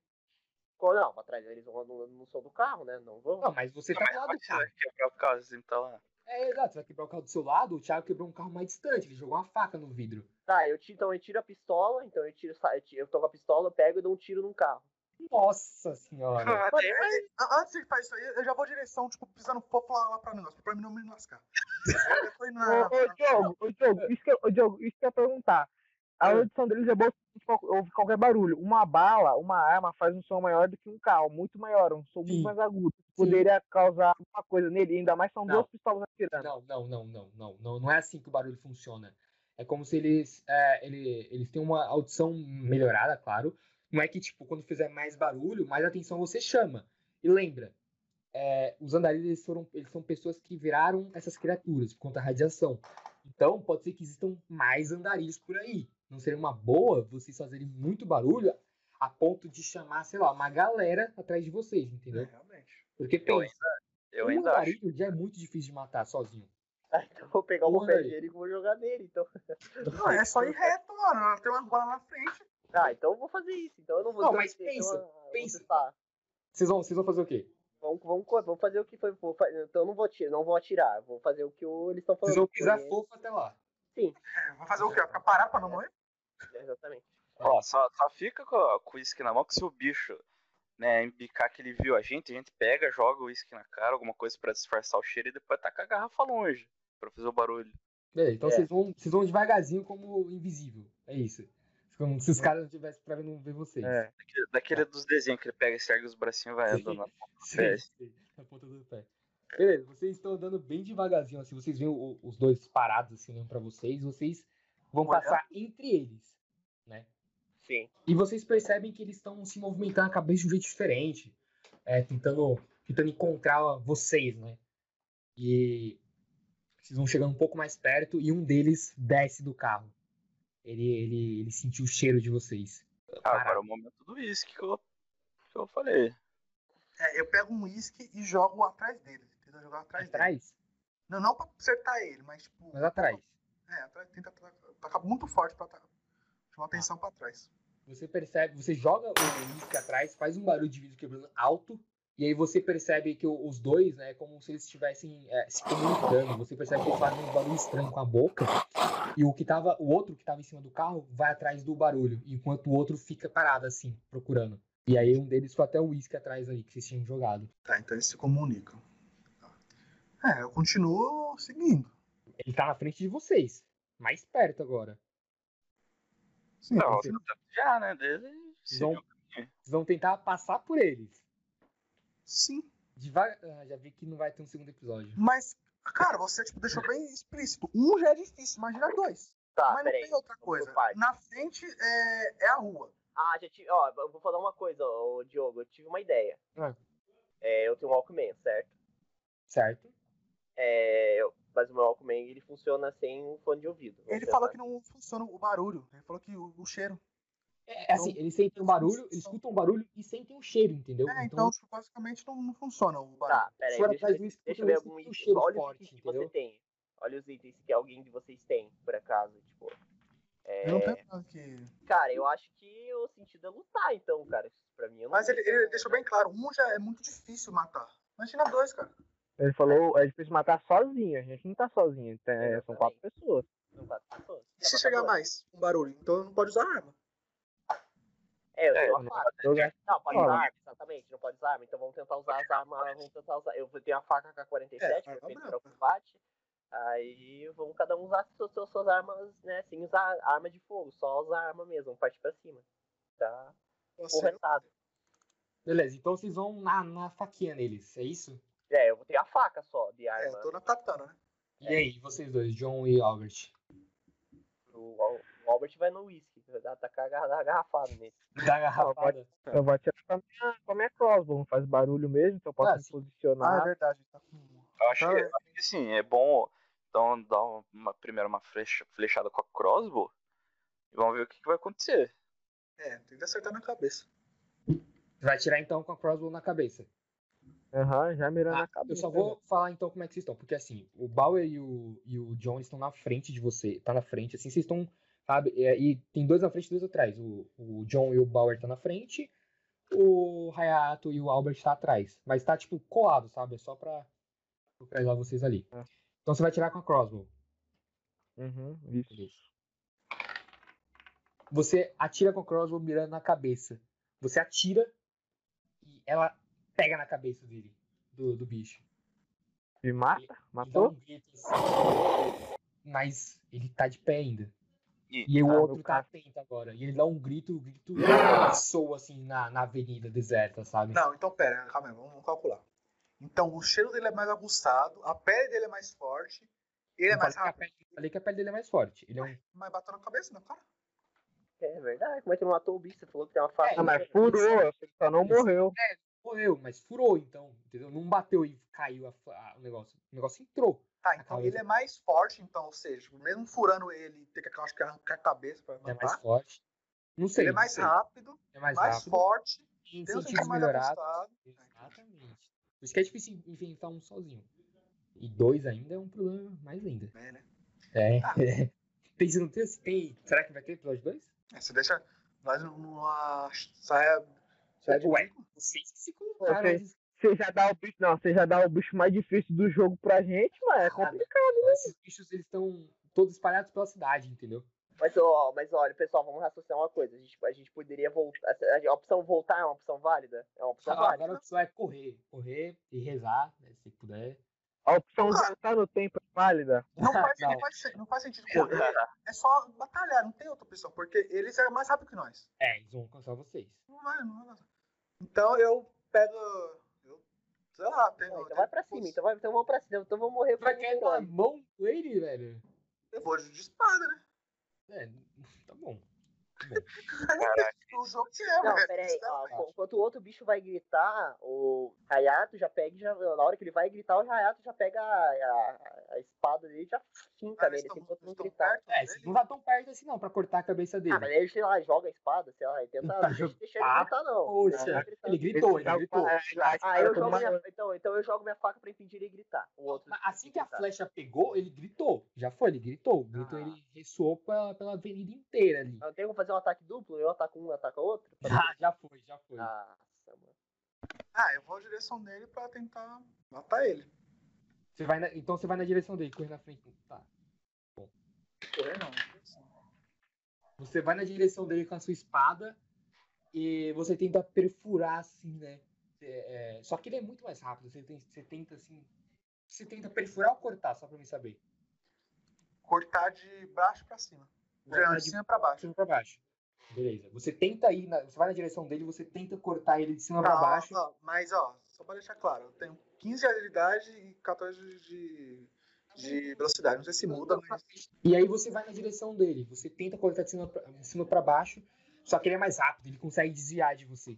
E: Não, pra trás eles vão no, no som do carro, né? Não vão.
A: Não, mas você tá do lado do
D: Pode
A: carro.
D: quebrar o carro assim, tá lá.
A: É, exato, você vai quebrar o carro do seu lado, o Thiago quebrou um carro mais distante, ele jogou uma faca no vidro.
E: Tá, eu tiro, então eu tiro a pistola, então eu tiro, sa- eu tiro- eu tô com a pistola, eu pego e dou um tiro num carro.
A: Nossa senhora.
D: Ah, daí vai-
F: Mas, a- antes de fazer isso aí, eu já vou em direção, tipo, pisando pouco lá, lá pra negócio, pra mim não me lascar. Aí eu tô indo
C: Ô,
F: na-
A: Ah,
C: É.
A: tá.
C: ô, Diogo, ô, Diogo, isso que eu, ô, Diogo, isso que eu ia perguntar. A
A: Hum.
C: audição deles é boa se qual- ouve qualquer barulho. Uma bala, uma arma faz um som maior do que um carro, muito maior, um som
A: Sim.
C: muito mais agudo. Poderia causar alguma coisa nele, ainda mais são
A: Não.
C: duas pistolas atirando.
A: Não, não, não, não, não, não. Não é assim que o barulho funciona. É como se eles, é, ele- eles têm uma audição melhorada, claro. Não é que, tipo, quando fizer mais barulho, mais atenção você chama. E lembra, é, os andarilhos, eles, foram, eles são pessoas que viraram essas criaturas por conta da radiação. Então, pode ser que existam mais andarilhos por aí. Não seria uma boa vocês fazerem muito barulho a ponto de chamar, sei lá, uma galera atrás de vocês,
B: É.
A: entendeu?
F: É, realmente.
A: Porque
D: Eu
A: pensa,
D: Eu
A: um
D: ainda acho.
A: andarilho já é muito difícil de matar sozinho.
E: Ah, então eu vou pegar o
A: Porra,
E: papel
A: velho.
E: higiênico e vou jogar nele, então.
F: Não, é só ir reto, mano. Ela tem uma bola na frente.
E: Ah, então eu vou fazer isso. Então eu não vou
A: Não,
E: ter-
A: mas
E: então
A: pensa,
E: eu vou
A: pensa.
E: testar.
A: Vocês vão, vocês vão fazer o quê?
E: Vamos, vamos, co- vamos fazer o que foi. vou fa- então eu não vou atirar, não vou atirar. Vou fazer o que o- eles estão falando.
A: Vocês vão pisar
E: porque-
A: fofo até lá.
F: É, vai fazer o quê? Vai Ficar parado pra não morrer?
E: é, Exatamente.
D: Ó, só, só fica com, com o uísque na mão que se o bicho né, embicar que ele viu a gente, a gente pega, joga o uísque na cara, alguma coisa pra disfarçar o cheiro e depois taca a garrafa longe pra fazer o barulho.
A: Beleza, então
E: É.
A: vocês, vão, vocês vão devagarzinho como invisível. É isso. Como
F: É.
A: se os caras não tivessem pra ver, não ver vocês.
C: É.
D: Daquele, daquele dos desenhos que ele pega e sergue os bracinhos e vai
A: Sim.
D: andando na ponta do
A: Sim,
D: pé.
A: sim, na ponta do pé. Beleza, vocês estão andando bem devagarzinho. Assim, vocês veem o- os dois parados assim olhando pra vocês, vocês vão
F: Olhando?
A: passar entre eles. né?
E: Sim.
A: E vocês percebem que eles estão se movimentando a cabeça de um jeito diferente. é, tentando, tentando encontrar vocês, né? E vocês vão chegando um pouco mais perto e um deles desce do carro. Ele, ele, ele sentiu o cheiro de vocês.
D: Ah, agora é o momento do uísque que eu, que eu falei.
F: É, eu pego um uísque e jogo atrás dele. Tenta jogar
B: Tá
F: atrás, dele.
A: Atrás?
F: Não, não pra acertar ele, mas tipo.
A: Mas atrás.
F: É, atrás tenta tra- tacar muito forte pra tra- chamar atenção pra trás.
A: Você percebe, você joga o uísque atrás, faz um barulho de vidro quebrando alto, e aí você percebe que o- os dois, né, é como se eles estivessem é, se comunicando. Você percebe que eles fazem um barulho estranho com a boca, e o que tava, o outro que tava em cima do carro vai atrás do barulho, enquanto o outro fica parado assim, procurando. E aí um deles foi até o uísque atrás ali que vocês tinham jogado.
F: Tá, então eles se comunicam. Tá. É, eu continuo seguindo.
A: Ele tá na frente de vocês, mais perto agora.
F: Sim,
D: não,
F: eu continuo.
D: já, né? Dele
A: Vão-
D: seguiu.
A: Vocês vão tentar passar por eles.
F: Sim.
A: Devagar, ah, já vi que não vai ter um segundo episódio.
F: Mas, cara, você tipo, deixou bem explícito. Um já é difícil, imagina dois.
E: Tá,
F: mas não
E: peraí.
F: tem outra coisa.
E: partes.
F: Na frente é, é a rua.
E: Ah, já tive. Ó, eu vou falar uma coisa, ô, Diogo. Eu tive uma ideia.
A: Ah.
E: É, eu tenho um Walkman, certo?
A: Certo?
E: É, eu- mas o meu Walkman ele funciona sem um fone de ouvido.
F: Ele falou que não funciona o barulho. Ele falou que o, o cheiro.
A: É assim,
F: então,
A: eles sentem um barulho, eles escutam um barulho e sentem um cheiro, entendeu?
F: É, então, tipo, basicamente não, não funciona o barulho.
E: Tá, peraí.
A: fora
E: Deixa,
A: atrás
E: eu
A: do
E: ver-
A: escudo,
E: deixa eu ver
A: você
E: algum
A: tem um
E: item.
A: cheiro
E: Olha
A: forte,
E: os itens que você
A: entendeu?
E: tem. Olha os itens que alguém de vocês tem, por acaso. Tipo.
F: Eu não
E: É,
F: tenho nada que.
E: cara, eu acho que o sentido é lutar, então, cara. Pra mim, eu não
F: Mas
E: sei
F: ele,
E: se eu
F: ele
E: vou-
F: deixou bem claro, um já é muito difícil matar. Imagina dois, cara.
A: É.
C: Ele falou, a gente precisa matar sozinho, a gente não tá sozinho, tá-
E: Exatamente.
C: são quatro pessoas.
E: São quatro pessoas.
F: E se
E: Tá
F: chegar
E: bom.
F: mais um barulho? Então não pode usar arma.
E: É, eu
D: É,
E: tenho
C: não
E: uma faca.
C: Eu gasto
E: Não, pode
C: Olha.
E: usar arma, exatamente. Não pode usar arma. Então vamos tentar usar as armas. Vamos tentar usar. Eu vou ter a faca K-47,
F: É,
E: que
F: arma
E: eu feito para
F: branca.
E: o tá combate. Aí vamos cada um usar suas, suas, suas armas, né? Sem usar arma de fogo, só usar arma mesmo, parte pra cima. Tá
F: Nossa,
E: corretado.
A: Beleza, então vocês vão na, na faquinha neles, é isso?
E: É, eu vou ter a faca só de
F: é,
E: arma.
F: eu tô na katana, né?
E: É.
A: E aí, vocês dois, John e Albert?
E: O, Al- o Albert vai no uísque, vai dar- tacar a garra- a garrafada nele.
A: Da garrafada.
C: Eu vou atirar com a minha, com a minha crossbow, não faz barulho mesmo, então eu posso
A: Ah,
C: me
A: sim.
F: Ah, é
C: posicionar.
F: verdade. Tá com...
D: Eu acho,
F: Tá,
D: que,
F: é.
D: eu acho que sim, é bom então dar uma, primeiro uma flecha- flechada com a crossbow e vamos ver o que, que vai acontecer.
F: É, tem que acertar na cabeça.
A: Vai tirar então com a crossbow na cabeça.
C: Aham, já mirando
A: Ah,
C: na cabeça.
A: eu só
C: né?
A: vou falar então como é que vocês estão, porque assim, o Bauer e o, e o John eles estão na frente de você, tá na frente, assim, vocês estão, sabe, é, e tem dois na frente e dois atrás, o, o John e o Bauer tá na frente, o Hayato e o Albert tá atrás, mas tá tipo colado, sabe, é só pra localizar vocês ali.
C: É.
A: Então você vai tirar com a crossbow.
C: Uhum, isso.
A: Você atira com a crossbow mirando na cabeça. Você atira e ela pega na cabeça dele, do, do bicho.
C: E mata?
A: Ele dá
C: Matou?
A: um grito assim. Mas ele tá de pé ainda.
D: E
A: E
C: Ah,
A: o
C: meu
A: outro tá
C: cara.
A: atento agora. E ele dá um grito, o grito soa assim na, na avenida deserta, sabe?
B: Não, então pera, calma aí, vamos, vamos calcular. Então o cheiro dele é mais aguçado, a pele dele é mais forte, ele é
A: Eu
B: mais
A: falei, que a pele,
B: rápido.
A: eu falei que a pele dele é mais forte. Ele é um.
B: Mas bateu na cabeça, não, cara?
E: É verdade, como é que não matou o bicho? Você falou que tem uma faca. né?
A: É,
C: Ah, mas furou, ele só não morreu.
A: Morreu, mas furou, então. Entendeu? Não bateu e caiu a- a- o negócio. O negócio entrou.
B: Tá, então
A: Acabou.
B: ele é mais forte, então, ou seja, mesmo furando ele, ter que acho que arrancar a cabeça pra
A: Ele é
B: matar.
A: mais forte. Não sei.
B: ele é
A: não
B: mais
A: sei.
B: rápido,
A: É mais,
B: mais
A: rápido.
B: forte,
A: Tem
B: tem um
A: sentidos
B: sentido mais
A: melhorados.
B: aguçado.
A: Exatamente. Por isso que é difícil inventar um sozinho. E dois ainda é um problema mais ainda.
B: É, né?
A: É.
B: Ah.
A: Tem, se não tem, se tem, será que vai ter episódio 2?
B: É, Você deixa nós numa é- saia. saia de
A: Ué.
B: bico.
A: Vocês que se colocaram.
C: Ok. Você já dá o bicho. Não, você já dá o bicho mais difícil do jogo pra gente, mano. É complicado.
A: Esses bichos eles estão todos espalhados pela cidade, entendeu?
E: Mas, ó, mas olha, pessoal, vamos raciocinar uma coisa. A gente, a gente poderia voltar. A, a opção voltar é uma opção válida? É uma opção
A: Agora
E: válida.
A: a pessoa é correr. Correr e rezar, né, se puder.
C: A opção de voltar no tempo é válida.
B: Não faz,
A: Não.
B: não. faz, sen- não faz sentido correr, é só batalhar, não tem outra opção, porque eles é mais rápido que nós.
A: É, eles vão alcançar vocês.
B: Não vai, não vai. Então eu pego. Eu, sei lá, tem,
E: Não, então vai pra cima, então, vai, então vamos pra cima. Então vamos morrer
A: Vai
E: como
A: cair na
E: herói.
A: mão com ele, velho?
B: Eu vou de espada, né?
A: É, tá bom.
B: O jogo que é,
E: Não,
B: velho.
E: pera aí.
B: Isso é
E: ó,
B: verdade.
E: enquanto o outro bicho vai gritar, o Hayato já pega e já. Na hora que ele vai gritar, o Hayato já pega a, a- a espada dele e já finca
B: Ah, eles
E: nele,
B: tão-
E: assim, todo
B: eles
E: mundo
B: tão
E: gritar.
B: perto
A: É,
B: dele?
A: não tá tão perto assim não, pra cortar a cabeça dele.
E: Ah, mas ele, sei lá, joga a espada, sei lá, ele tenta. Não deixa- deixa ele
A: Ah,
E: gritar, não. Deixa
A: Poxa,
E: gritar.
A: ele gritou, ele tá
E: tá
C: Esse
A: gritou.
C: jogo- Ah,
E: Ah, eu
C: todo
E: jogo
C: mundo-
E: minha, então, então eu jogo minha faca pra impedir ele gritar. O outro.
A: um. Mas assim que a
E: gritar.
A: flecha pegou, ele gritou. Já foi, ele gritou. O grito
E: Tá. Ah.
A: ele ressoou pela, pela avenida inteira ali.
E: Não tem como fazer um ataque duplo? Eu ataco um, ataco outro?
A: Já, já foi, já foi.
E: Nossa, mano.
B: Ah, eu vou à direção dele pra tentar matar ele.
A: Você vai na- então você vai na direção dele, corre na frente. Tá.
B: Correr não. né?
A: Você vai na direção dele com a sua espada e você tenta perfurar assim, né? É, é, só que ele é muito mais rápido. Você, tem- você tenta assim. Você tenta perfurar ou cortar, só pra mim saber.
B: Cortar de baixo pra cima.
A: Cortar
B: Não, é- de
A: de-
B: cima pra
A: De
B: baixo.
A: cima pra baixo. Beleza. Você tenta ir, na- você vai na direção dele, você tenta cortar ele de cima pra
B: Tá, ó,
A: baixo.
B: ó, mas, ó, só pra deixar claro, eu tenho 15 de agilidade e 14 de, de velocidade. Não sei se muda, mas.
A: E aí você vai na direção dele. Você tenta cortar de cima pra, de cima pra baixo, só que ele é mais rápido, ele consegue desviar de você.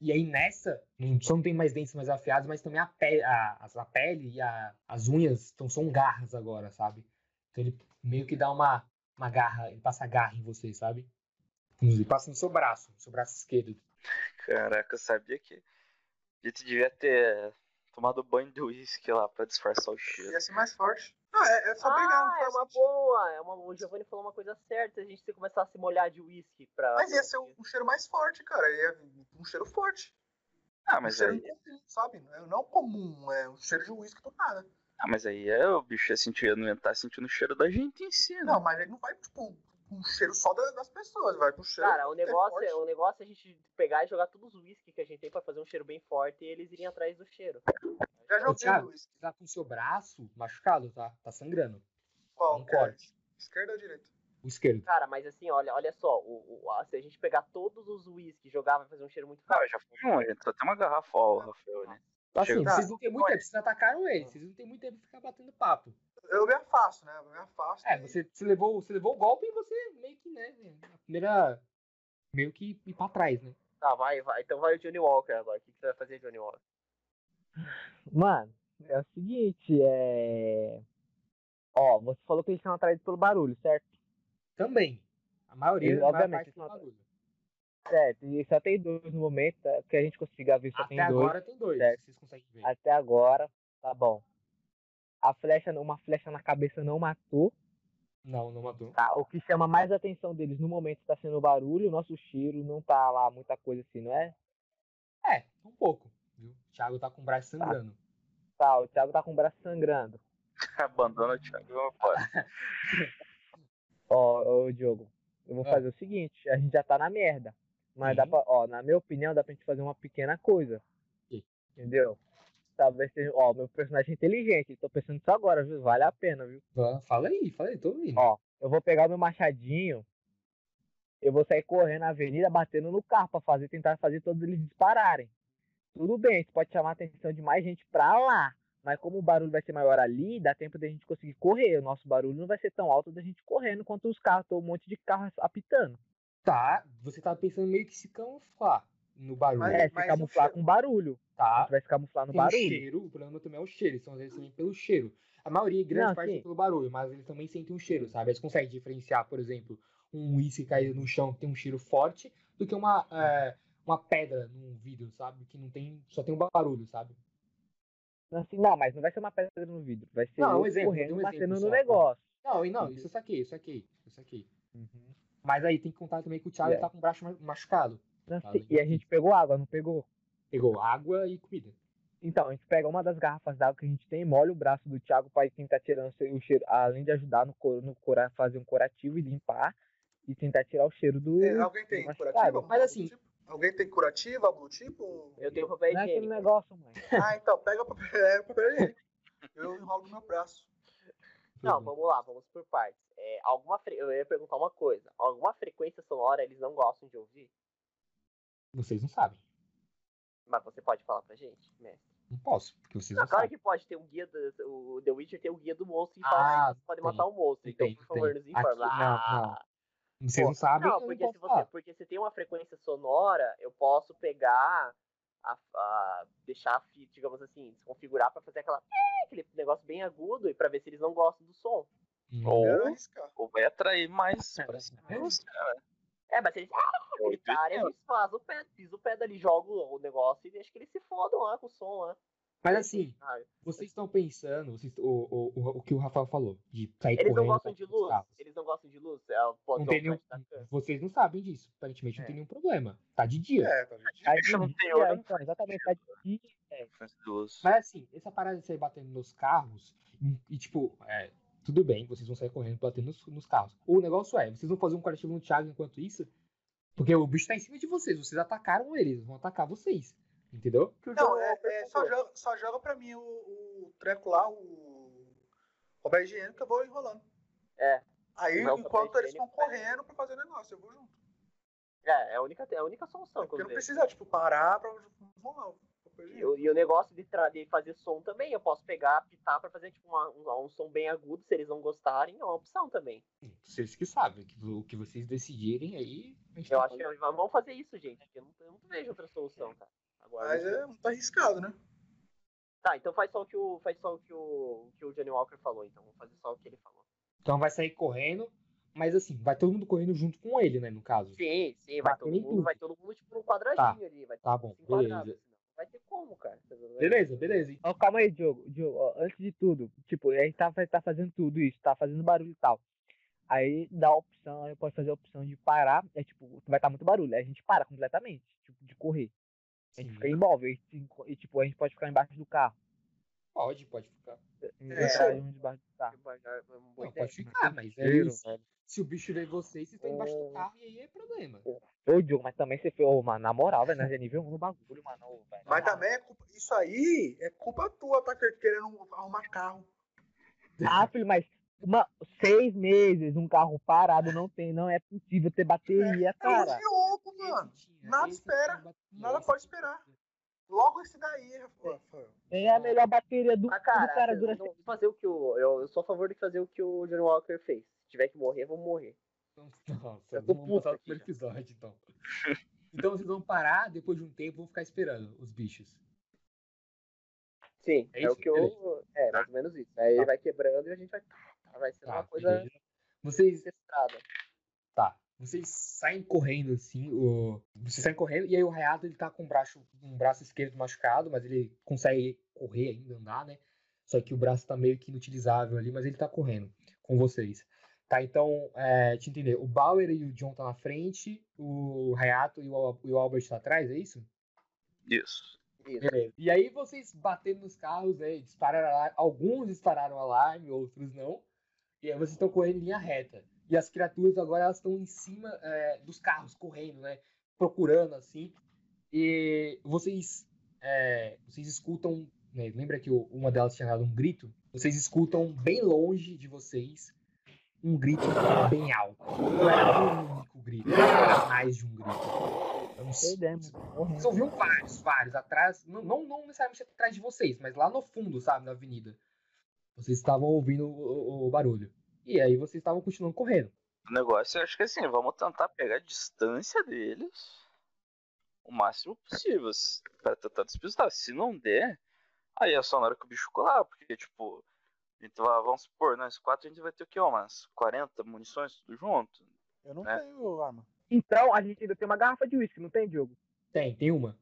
A: E aí nessa, não- só não tem mais dentes mais afiados, mas também a, pe a, as- a pele e a- as unhas então, são garras agora, sabe? Então ele meio que dá uma, uma garra, ele passa garra em você, sabe? Ele passa no seu braço, no seu braço esquerdo.
D: Caraca, eu sabia que a gente devia ter tomado banho de uísque lá pra disfarçar o cheiro.
B: Ia ser mais forte. Não, é, é só brigar, não
E: Ah, é
B: faz
E: uma
B: sentido.
E: boa. É uma... O Giovanni falou uma coisa certa. A gente tem que começar a se molhar de uísque pra.
B: Mas ia ser um, um cheiro mais forte, cara. Ia um cheiro forte.
D: Ah,
B: Um
D: mas
B: cheiro
D: aí,
B: incomum, sabe? Não é- não comum, é um cheiro de uísque do nada.
D: ah, mas aí é, o bicho ia sentir, não ia estar sentindo o cheiro da gente em si, né?
B: Não, mas ele não vai, tipo, um cheiro só da- das pessoas, vai pro cheiro.
E: Cara, o
B: que é
E: negócio,
B: forte.
E: é, o negócio é a gente pegar e jogar todos os uísque que a gente tem pra fazer um cheiro bem forte e eles irem atrás do cheiro.
B: Já
A: Ô, Thiago.
B: joguei uísque.
A: Tá com o seu braço machucado, tá? Tá sangrando.
B: Qual?
A: Um
F: é?
B: cara?
A: corte.
B: Esquerda ou direita?
A: O esquerdo.
E: Cara, mas assim, olha, olha só. o- o- a- se a gente pegar todos os uísque e jogar, vai fazer um cheiro muito
D: Ah,
E: forte.
D: já foi um, a gente só tem uma garrafa, ó, o Rafael, né?
C: Tá
A: Assim,
D: Chega.
A: vocês não têm muito tempo, vocês atacaram ele, vocês não têm muito tempo pra ficar batendo papo.
B: Eu me afasto, né? Eu me afasto.
A: É,
B: e-
A: você, você levou, você levou o golpe e você meio que, né, a primeira, meio que ir pra trás, né.
E: Tá, vai, vai. Então vai o Johnny Walker agora. O que, que você vai fazer, Johnny Walker?
C: Mano, é o seguinte, é. Ó, você falou que eles estão atraídos pelo barulho, certo?
A: Também. A maioria,
C: Ele,
A: a maior
C: obviamente,
A: parte do
C: não- tá,
A: barulho.
C: Certo. E só tem dois no momento, tá? que a gente consiga ver só
A: Até
C: tem dois.
A: agora tem dois, Ah,
C: certo.
A: vocês conseguem ver.
C: Até agora, tá bom. A flecha, não- uma flecha na cabeça não matou.
A: Não, não matou.
C: Tá, o que chama mais a atenção deles no momento está sendo o barulho, o nosso cheiro não tá lá muita coisa assim, não é?
A: É, um pouco, viu? O Thiago tá com o braço sangrando.
C: Tá, o Thiago tá com o braço sangrando.
D: Abandona o Thiago e vamos embora.
C: Ó, ô Diogo, eu vou
A: Ah. Uhum.
C: fazer o seguinte, a gente já tá na merda. Mas
A: Sim.
C: dá pra, ó, na minha opinião, dá pra gente fazer uma pequena coisa.
A: Sim.
C: Entendeu? Talvez seja, ó, meu personagem é inteligente, tô pensando isso agora, viu? Vale a pena, viu?
A: Vá, Fala aí, fala aí, tô ouvindo.
C: Ó, Eu vou pegar o meu machadinho, eu vou sair correndo na avenida, batendo no carro pra fazer, tentar fazer todos eles dispararem. Tudo bem, isso pode chamar a atenção de mais gente pra lá. Mas como o barulho vai ser maior ali, dá tempo da gente conseguir correr. O nosso barulho não vai ser tão alto da gente correndo quanto os carros, todo um monte de carro apitando.
A: Tá, você tava pensando meio que se camuflar no barulho.
F: Mas-
C: É, se
F: mas o
C: camuflar
F: cheiro-
C: com barulho. A
A: tá,
C: gente vai se camuflar no
A: tem o
C: barulho.
A: cheiro, o problema também é o cheiro. Eles são eles também pelo cheiro. A maioria, grande
C: Não,
A: parte,
C: sim.
A: é pelo barulho, mas eles também sentem um cheiro, sabe? Eles conseguem diferenciar, por exemplo, um uísque caído no chão que tem um cheiro forte do que uma, é, uma pedra num vidro, sabe? Que não tem, só tem um barulho, sabe?
C: Assim, não, mas não vai ser uma pedra no vidro. Vai ser
A: Não,
C: eu
A: um exemplo,
C: correndo
A: um
C: batendo
A: exemplo
C: no
A: só, tá?
C: negócio.
A: Não, e não, isso eu saquei, isso aqui, isso aqui. Uhum. Mas aí tem que contar também que o Thiago
C: É.
A: tá com o braço ma- machucado.
C: Não
A: Tá
C: sei,
A: legal.
C: e a gente pegou água, não pegou?
A: Pegou água e comida.
C: Então, a gente pega uma das garrafas d'água que a gente tem, molha o braço do Thiago pra tentar tirar o che- o cheiro, além de ajudar no, cor, no cora, fazer um curativo e limpar, e tentar tirar o cheiro do.
F: É, alguém tem
C: Mas,
F: curativo?
C: cara,
F: algum-
A: mas
F: algum
A: assim-
F: tipo? Alguém tem curativo, algum tipo?
E: Eu tenho papel
C: não é aquele
E: higiênico.
C: negócio, mãe.
F: Ah, então, pega o papel, é, o papel higiênico. Eu enrolo no meu braço.
E: Não,
A: Tudo.
E: vamos lá, vamos por partes. É, alguma fre- Eu ia perguntar uma coisa. Alguma frequência sonora eles não gostam de ouvir?
A: Vocês não sabem.
E: Mas você pode falar pra gente, mestre?
A: Não posso, porque vocês não
E: Claro
A: sabem.
E: que pode, tem um guia do. O The Witcher tem o guia do monstro que
A: Ah,
E: fala que pode
A: tem,
E: matar o monstro. Então,
A: tem,
E: por favor,
A: tem.
E: nos informa.
A: Aqui- não,
E: Ah,
A: não. Vocês não sabem,
E: Não,
A: eu
E: porque
A: não
E: se
A: posso
E: você,
A: falar.
E: porque se tem uma frequência sonora, eu posso pegar a, a- deixar a fita, digamos assim, desconfigurar pra fazer aquela aquele negócio bem agudo e pra ver se eles não gostam do som.
A: Não.
F: Melhor
D: Ou,
F: arriscar.
D: ou vai atrair mais pra si mesmo, cara.
E: É, mas se eles ah,
D: Eu
E: gritarem,
D: entendo.
E: eles fazem o pé, piso o pé dali, joga o o negócio e deixa que eles se fodam lá com o som lá.
A: Mas assim,
E: Ah,
A: vocês estão pensando vocês- o, o, o, o que o Rafael falou, de sair
E: Eles não
A: correndo
E: gostam
A: pra
E: de
A: fora dos
E: luz,
A: carros.
E: eles não gostam de luz, é,
A: Não
E: pode ser
A: tem
E: um
A: nenhum,
E: flash da câmera.
A: vocês não sabem disso. Aparentemente não
E: É.
A: tem nenhum problema. Tá de dia.
F: É, tá gente.
C: Tá
D: Bicho,
C: de
D: não tem
C: dia,
D: hora, não
C: então, exatamente, tá de dia, velho.
D: Francis Luz.
A: Mas assim, essa parada de sair batendo nos carros, e, e, tipo, é, tudo bem, vocês vão sair correndo batendo nos, nos carros. O negócio é, vocês vão fazer um coletivo no Thiago enquanto isso? Porque o bicho tá em cima de vocês, vocês atacaram ele, eles vão atacar vocês. Entendeu?
F: Não, é, é, só, joga, só joga pra mim o, o treco lá, o papel higiênico, que eu vou enrolando.
E: É.
F: Aí,
E: Não, o papel
F: enquanto eles
E: higiênico
F: estão correndo pra fazer negócio, eu vou
A: Então,
F: junto.
E: É, é a única, é a única solução que eu
F: Porque não
E: vejo.
F: precisa, tipo, parar pra enrolar o papel
E: E
F: higiênico.
E: o, e o negócio de, tra- de fazer som também, eu posso pegar, apitar pra fazer tipo, uma- um, um som bem agudo, se eles não gostarem, é uma opção também.
A: Vocês que sabem, que- o que vocês decidirem aí. a gente
E: Eu
A: tá
E: acho que é- vamos fazer isso, gente. porque Eu não, eu não vejo outra solução, cara. Agora.
F: Mas é muito arriscado, né?
E: Tá, então faz só o que o. Faz só o que o, que o Johnny Walker falou, então. Vamos fazer só o que ele falou.
A: Então vai sair correndo, mas assim, vai todo mundo correndo junto com ele, né, no caso.
E: Sim, sim, vai
A: Tá,
E: todo
A: nem
E: mundo,
A: tudo.
E: vai todo mundo tipo num quadradinho ali. Vai todo
A: Tá
E: mundo
A: bom,
E: se enquadrado,
A: beleza.
E: senão Não vai ter como, cara. tá
A: Beleza, beleza.
C: Ó, calma aí, Diogo. Diogo ó, antes de tudo, tipo, a gente tá, tá fazendo tudo isso, tá fazendo barulho e tal. Aí dá a opção, aí pode fazer a opção de parar, é tipo, vai estar muito barulho, aí a gente para completamente, tipo, de correr. A gente
A: Sim.
C: fica imóvel e, se enco- e, tipo, a gente pode ficar embaixo do carro.
A: Pode, pode ficar.
F: É.
C: Entrar um debaixo do carro.
E: um
A: Não, pode ficar, mas é
C: Cheiro,
A: isso. Se o bicho vê vocês, vocês estão embaixo do carro e aí é problema.
C: Ô, Diogo, mas também você foi, ô, mano, na moral, velho, nós é nível 1 no bagulho, mano. ô, velho, na
F: Mas
C: moral.
F: também é culpa, isso aí é culpa tua, tá quer- querendo arrumar carro.
C: Ah, filho, mas uma, seis meses, um carro parado, não tem, não é possível ter
F: É
C: bateria,
F: um
C: cara.
F: louco, mano.
A: Esse tinha,
F: nada
A: esse
F: espera,
A: tinha bateria,
F: nada
A: esse
F: pode
A: tinha
F: esperar.
A: bateria.
F: Logo esse daí, Rafael.
C: É a melhor bateria do
E: Ah,
C: mundo,
E: cara,
C: cara,
E: vocês
C: dura
E: não- fazer o que o. Eu, eu sou a favor de fazer o que o Johnny Walker fez. Se tiver que morrer, vamos morrer.
A: Então, Nossa,
F: É
E: Eu tô
A: vamos
E: puto
A: passar o
E: aqui
A: primeiro
E: já.
A: episódio, então. Então vocês vão parar, depois de um tempo, vão ficar esperando os bichos.
E: Sim,
A: É
E: é,
A: isso?
E: o que eu. É, mais ou menos isso. Aí
A: Tá.
E: vai quebrando e a gente vai. Vai ser uma
A: Tá,
E: coisa
A: beleza. Vocês
E: estrada.
A: Tá. Vocês saem correndo assim, o... vocês saem correndo, e aí o Hayato ele tá com o braço, um braço esquerdo machucado, mas ele consegue correr ainda, andar, né? Só que o braço tá meio que inutilizável ali, mas ele tá correndo com vocês. Tá, então, é, te entender, o Bauer e o John tá na frente, o Hayato e o, Al- e o Albert tá atrás, é isso?
D: Isso.
E: Isso.
A: Beleza. E aí vocês batendo nos carros, né? Dispararam alarme. Alguns dispararam alarme, outros não. E aí vocês estão correndo em linha reta. E as criaturas agora elas estão em cima é, dos carros, correndo, né? Procurando assim. E vocês, é, vocês escutam. né, Lembra que o- uma delas tinha dado um grito? Vocês escutam bem longe de vocês um grito bem alto. Não era um único grito, era mais de um grito. Eu não sei.
C: Perdemos.
A: Vocês ouviam vários, vários, atrás, não, não, não necessariamente atrás de vocês, mas lá no fundo, sabe, na avenida. Vocês estavam ouvindo o, o- o barulho. E aí vocês estavam continuando correndo.
D: O negócio, eu acho que assim, vamos tentar pegar a distância deles o máximo possível s- Pra tentar despistar. Se não der, aí é só na hora que o bicho colar, porque tipo, a gente vai, vamos supor, nós quatro a gente vai ter o quê? Umas 40 munições tudo junto?
B: Eu não
D: É.
B: tenho arma.
C: Então, a gente ainda tem uma garrafa de uísque, não tem, Diogo?
A: Tem, tem uma.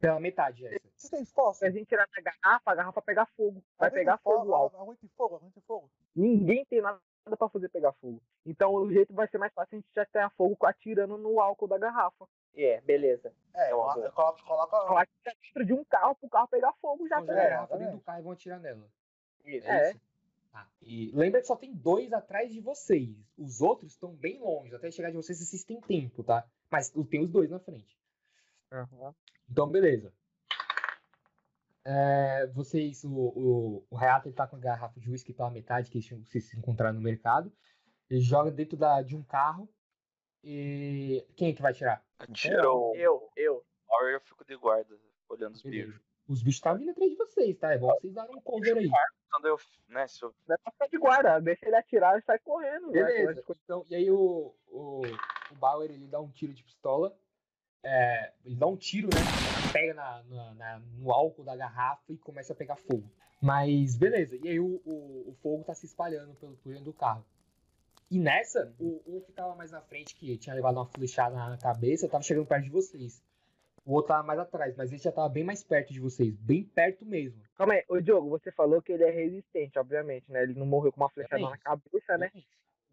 A: Pela metade, essa.
B: Vocês têm
C: Se a
B: fósforo?
C: gente tirar da garrafa, a garrafa pega fogo. Vai
B: Alguém
C: pegar
B: tem
C: fogo alto.
B: Alguém tem fogo? Alguém tem fogo?
C: Ninguém tem nada pra fazer pegar fogo. Então, o jeito vai ser mais fácil a gente já ter fogo com- atirando no álcool da garrafa.
E: É, beleza.
B: É,
E: É uma
B: coloca,
E: boa.
B: coloca, coloca-
C: Ela atira dentro de um carro pro carro pegar fogo já.
A: Vão
C: tá
A: jogar Então, a
B: é,
C: ligado?
A: garrafa dentro
B: exatamente.
A: do carro e vão atirar nela.
E: Isso.
C: É.
A: isso? Tá. E lembra que só tem dois atrás de vocês. Os outros estão bem longe. Até chegar de vocês, vocês têm tempo, tá? Mas tem os dois na frente. Então, beleza. É, vocês, o, o, o Hayato ele tá com a garrafa de uísque pela metade que eles- vocês se encontraram no mercado. Ele joga dentro da, de um carro. E quem é que vai tirar?
D: Atira o
E: Eu, eu.
D: Power eu fico de guarda, olhando os
A: Beleza.
D: bichos.
A: Os bichos estavam vindo atrás de vocês, tá? É bom vocês darem um cover aí.
D: Quando eu, né, se eu
C: Vai pra ficar de guarda, deixa ele atirar e sai correndo. né? tipo, velho.
A: Beleza. Então, e aí o, o, o Bauer ele dá um tiro de pistola. é, ele dá um tiro, né? Pega na, na- na- no álcool da garrafa e começa a pegar fogo. Mas beleza. E aí o, o- o fogo tá se espalhando pelo por dentro do carro. E nessa, o, o que tava mais na frente, que tinha levado uma flechada na cabeça, tava chegando perto de vocês. O outro tava mais atrás, mas ele já tava bem mais perto de vocês. Bem perto mesmo.
C: Calma aí, ô Diogo, você falou que ele é resistente, obviamente, né? Ele não morreu com uma flechada na
A: Exatamente.
C: cabeça, né?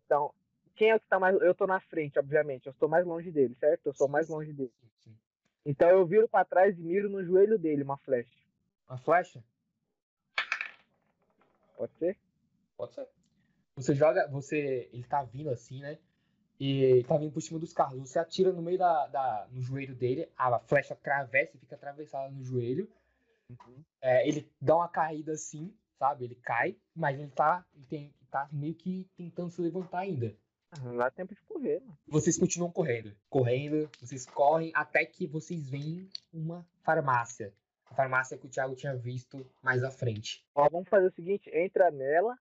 C: Então, quem é o que tá mais. Eu tô na frente, obviamente. Eu estou mais longe dele, certo? Eu sou mais longe dele. Então eu viro pra trás e miro no joelho dele uma flecha.
A: Uma flecha?
C: Pode ser?
A: Pode ser. Você joga, você, ele tá vindo assim, né? E ele tá vindo por cima dos carros. Você atira no meio da, da- no joelho dele, a flecha atravessa e fica atravessada no joelho. É, ele dá uma caída assim, sabe? Ele cai, mas ele tá, ele tem, tá meio que tentando se levantar ainda.
C: Ah, Não dá tempo de correr, mano.
A: Vocês continuam correndo, correndo, vocês correm até que vocês veem uma farmácia. A farmácia que o Thiago tinha visto mais à frente.
C: Ó, vamos fazer o seguinte, entra nela,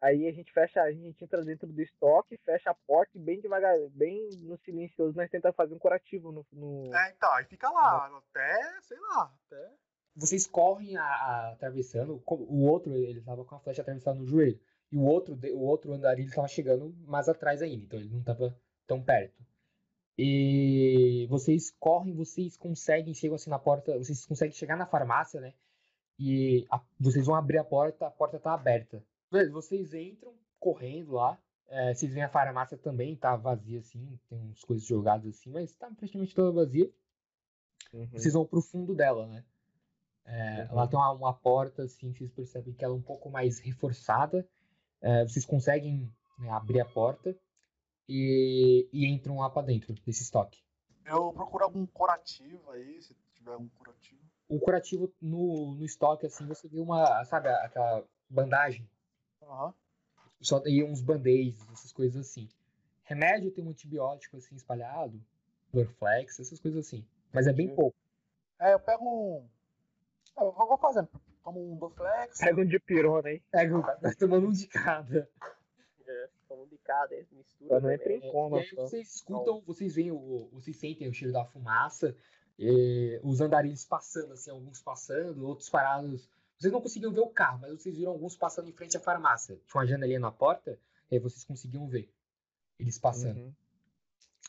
C: aí a gente fecha, a gente entra dentro do estoque, fecha a porta e bem devagar, bem no silencioso, nós tentamos fazer um curativo no. no...
A: Ah.
F: É, então, aí fica
C: Uhum.
F: lá, até, sei lá, até.
A: vocês correm a, a- atravessando, como o outro ele tava com a flecha atravessada no joelho e o outro de- o outro andarilho tava chegando mais atrás ainda, então ele não tava tão perto. E vocês correm, vocês conseguem chegam assim na porta, vocês conseguem chegar na farmácia, né? E a- vocês vão abrir a porta, a porta tá aberta. Beleza, Vocês entram correndo lá, é, vocês veem a farmácia também, tá vazia assim, tem umas coisas jogadas assim, mas tá praticamente toda vazia vocês vão pro fundo dela, né? É, Lá tem uma, uma porta, assim, vocês percebem que ela é um pouco mais reforçada. É, vocês conseguem né, abrir a porta e, e entram lá pra dentro desse estoque.
F: Eu procuro algum curativo aí, se tiver algum curativo.
A: O curativo no, no estoque, assim, você vê uma, sabe, aquela bandagem,
F: Aham.
A: só tem uns band-aids, essas coisas assim. Remédio tem um antibiótico, assim, espalhado, Dorflex, essas coisas assim. Mas é bem
B: Uhum.
A: pouco.
B: É, eu pego um.
F: É, Eu vou vou fazendo, tomo um Doflex.
C: Pega um de pirona aí,
A: Pega, o- tá tomando um de cada.
E: É, Toma um de cada, eles misturam.
C: pra não entrar
E: também.
C: em coma.
A: É, E aí
C: só.
A: vocês escutam, vocês veem, o, vocês sentem o cheiro da fumaça, eh, os andarilhos passando, assim, alguns passando, outros parados. Vocês não conseguiam ver o carro, mas vocês viram alguns passando em frente à farmácia. Tinha uma janelinha na porta, e aí vocês conseguiam ver eles passando.
C: Uhum.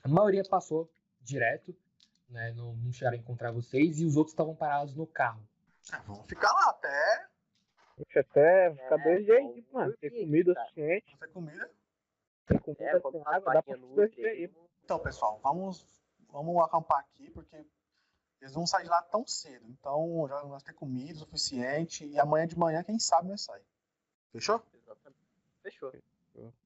A: A maioria passou direto, né, não, não chegaram a encontrar vocês, e os outros estavam parados no carro.
F: É, vamos ficar lá até
C: Deixa até ficar
E: É,
C: dois
E: vamos
C: jeitos, mano. Ter
E: dormir,
C: comida
E: cara.
C: suficiente,
F: fazer comida.
C: ter comida
E: É,
C: com
E: como uma
C: água, né? Ah, dá pra
E: farinha
C: fazer dois
E: nutri.
C: jeitos.
F: Então, pessoal, vamos, vamos acampar aqui, porque eles vão sair de lá tão cedo. Então, já nós temos comida suficiente. E amanhã de manhã, quem sabe, nós saímos. Fechou?
E: Exatamente. Fechou.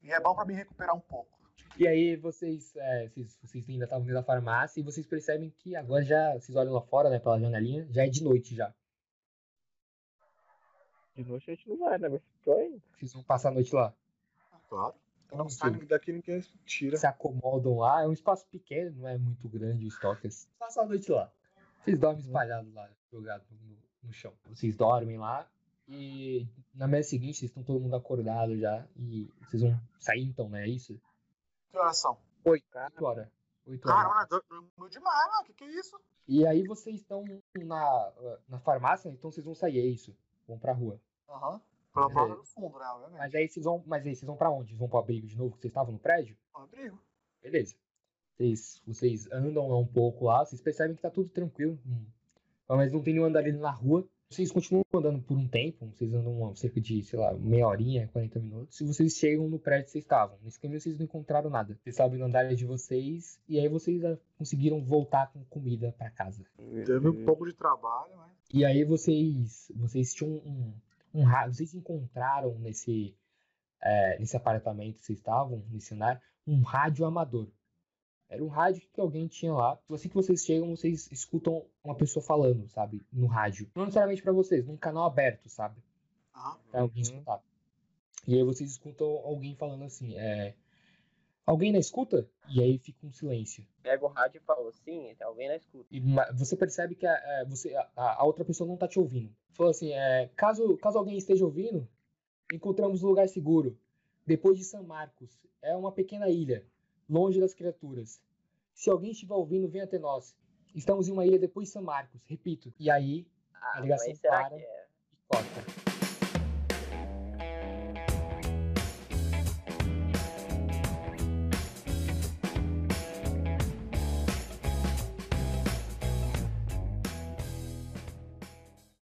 F: E é bom pra me recuperar um pouco.
A: E aí vocês, eh, vocês, vocês ainda estavam dentro da farmácia, e vocês percebem que agora já, vocês olham lá fora, né, pela janelinha, já é de noite já.
C: De noite a gente não vai, né? Mas só aí.
A: Vocês vão passar a noite lá.
F: Claro. Não sai daqui ninguém tira.
A: se acomodam lá. É um espaço pequeno, não é muito grande o estoque. assim. Passa a noite lá. Vocês dormem espalhados lá, jogado no, no chão. Vocês dormem lá e na manhã seguinte vocês estão todo mundo acordado já e vocês vão sair então, né? É isso?
F: Que horas são?
A: Oito. Oito horas. Oito horas.
F: Caramba, dor- dormiu demais, mano. Que que é isso?
A: E aí vocês estão na, na farmácia, então vocês vão sair, é isso. Vão pra rua.
F: Aham. Pela
A: É.
F: porta do fundo, né? Obviamente.
A: Mas aí vocês vão. Mas aí vocês vão pra onde? Vocês vão pro abrigo de novo que vocês estavam no prédio?
F: Ó, Abrigo.
A: Beleza. Vocês, vocês andam lá um pouco lá, vocês percebem que tá tudo tranquilo. hum. Mas não tem nenhum andarilho na rua. Vocês continuam andando por um tempo, vocês andam uma- cerca de, sei lá, meia horinha, 40 minutos. Se vocês chegam no prédio que vocês estavam, nesse caminho vocês não encontraram nada. Vocês sabem o andarilho de vocês, e aí vocês ah, conseguiram voltar com comida pra casa.
F: Teve um pouco de trabalho, mas.
A: E aí vocês, vocês tinham um, um ra- vocês encontraram nesse, é, nesse apartamento que vocês estavam, nesse andar, um rádio amador. Era um rádio que alguém tinha lá. Assim que vocês chegam, vocês escutam uma pessoa falando, sabe? No rádio. Não necessariamente pra vocês, num canal aberto, sabe?
F: Aham.
A: Pra alguém escutar. E aí vocês escutam alguém falando assim, é... Alguém na escuta? E aí fica um silêncio.
E: Pega o rádio e falou, sim, tem alguém na escuta.
A: E ma- você percebe que a, é, você, a, a outra pessoa não tá te ouvindo. Falou assim, é, caso, caso alguém esteja ouvindo, encontramos um lugar seguro. Depois de San Marcos. É uma pequena ilha, longe das criaturas. Se alguém estiver ouvindo, venha até nós. Estamos em uma ilha depois de San Marcos, repito. E aí,
E: Ah,
A: ligação
E: mas será
A: para.
E: que é?
A: corta.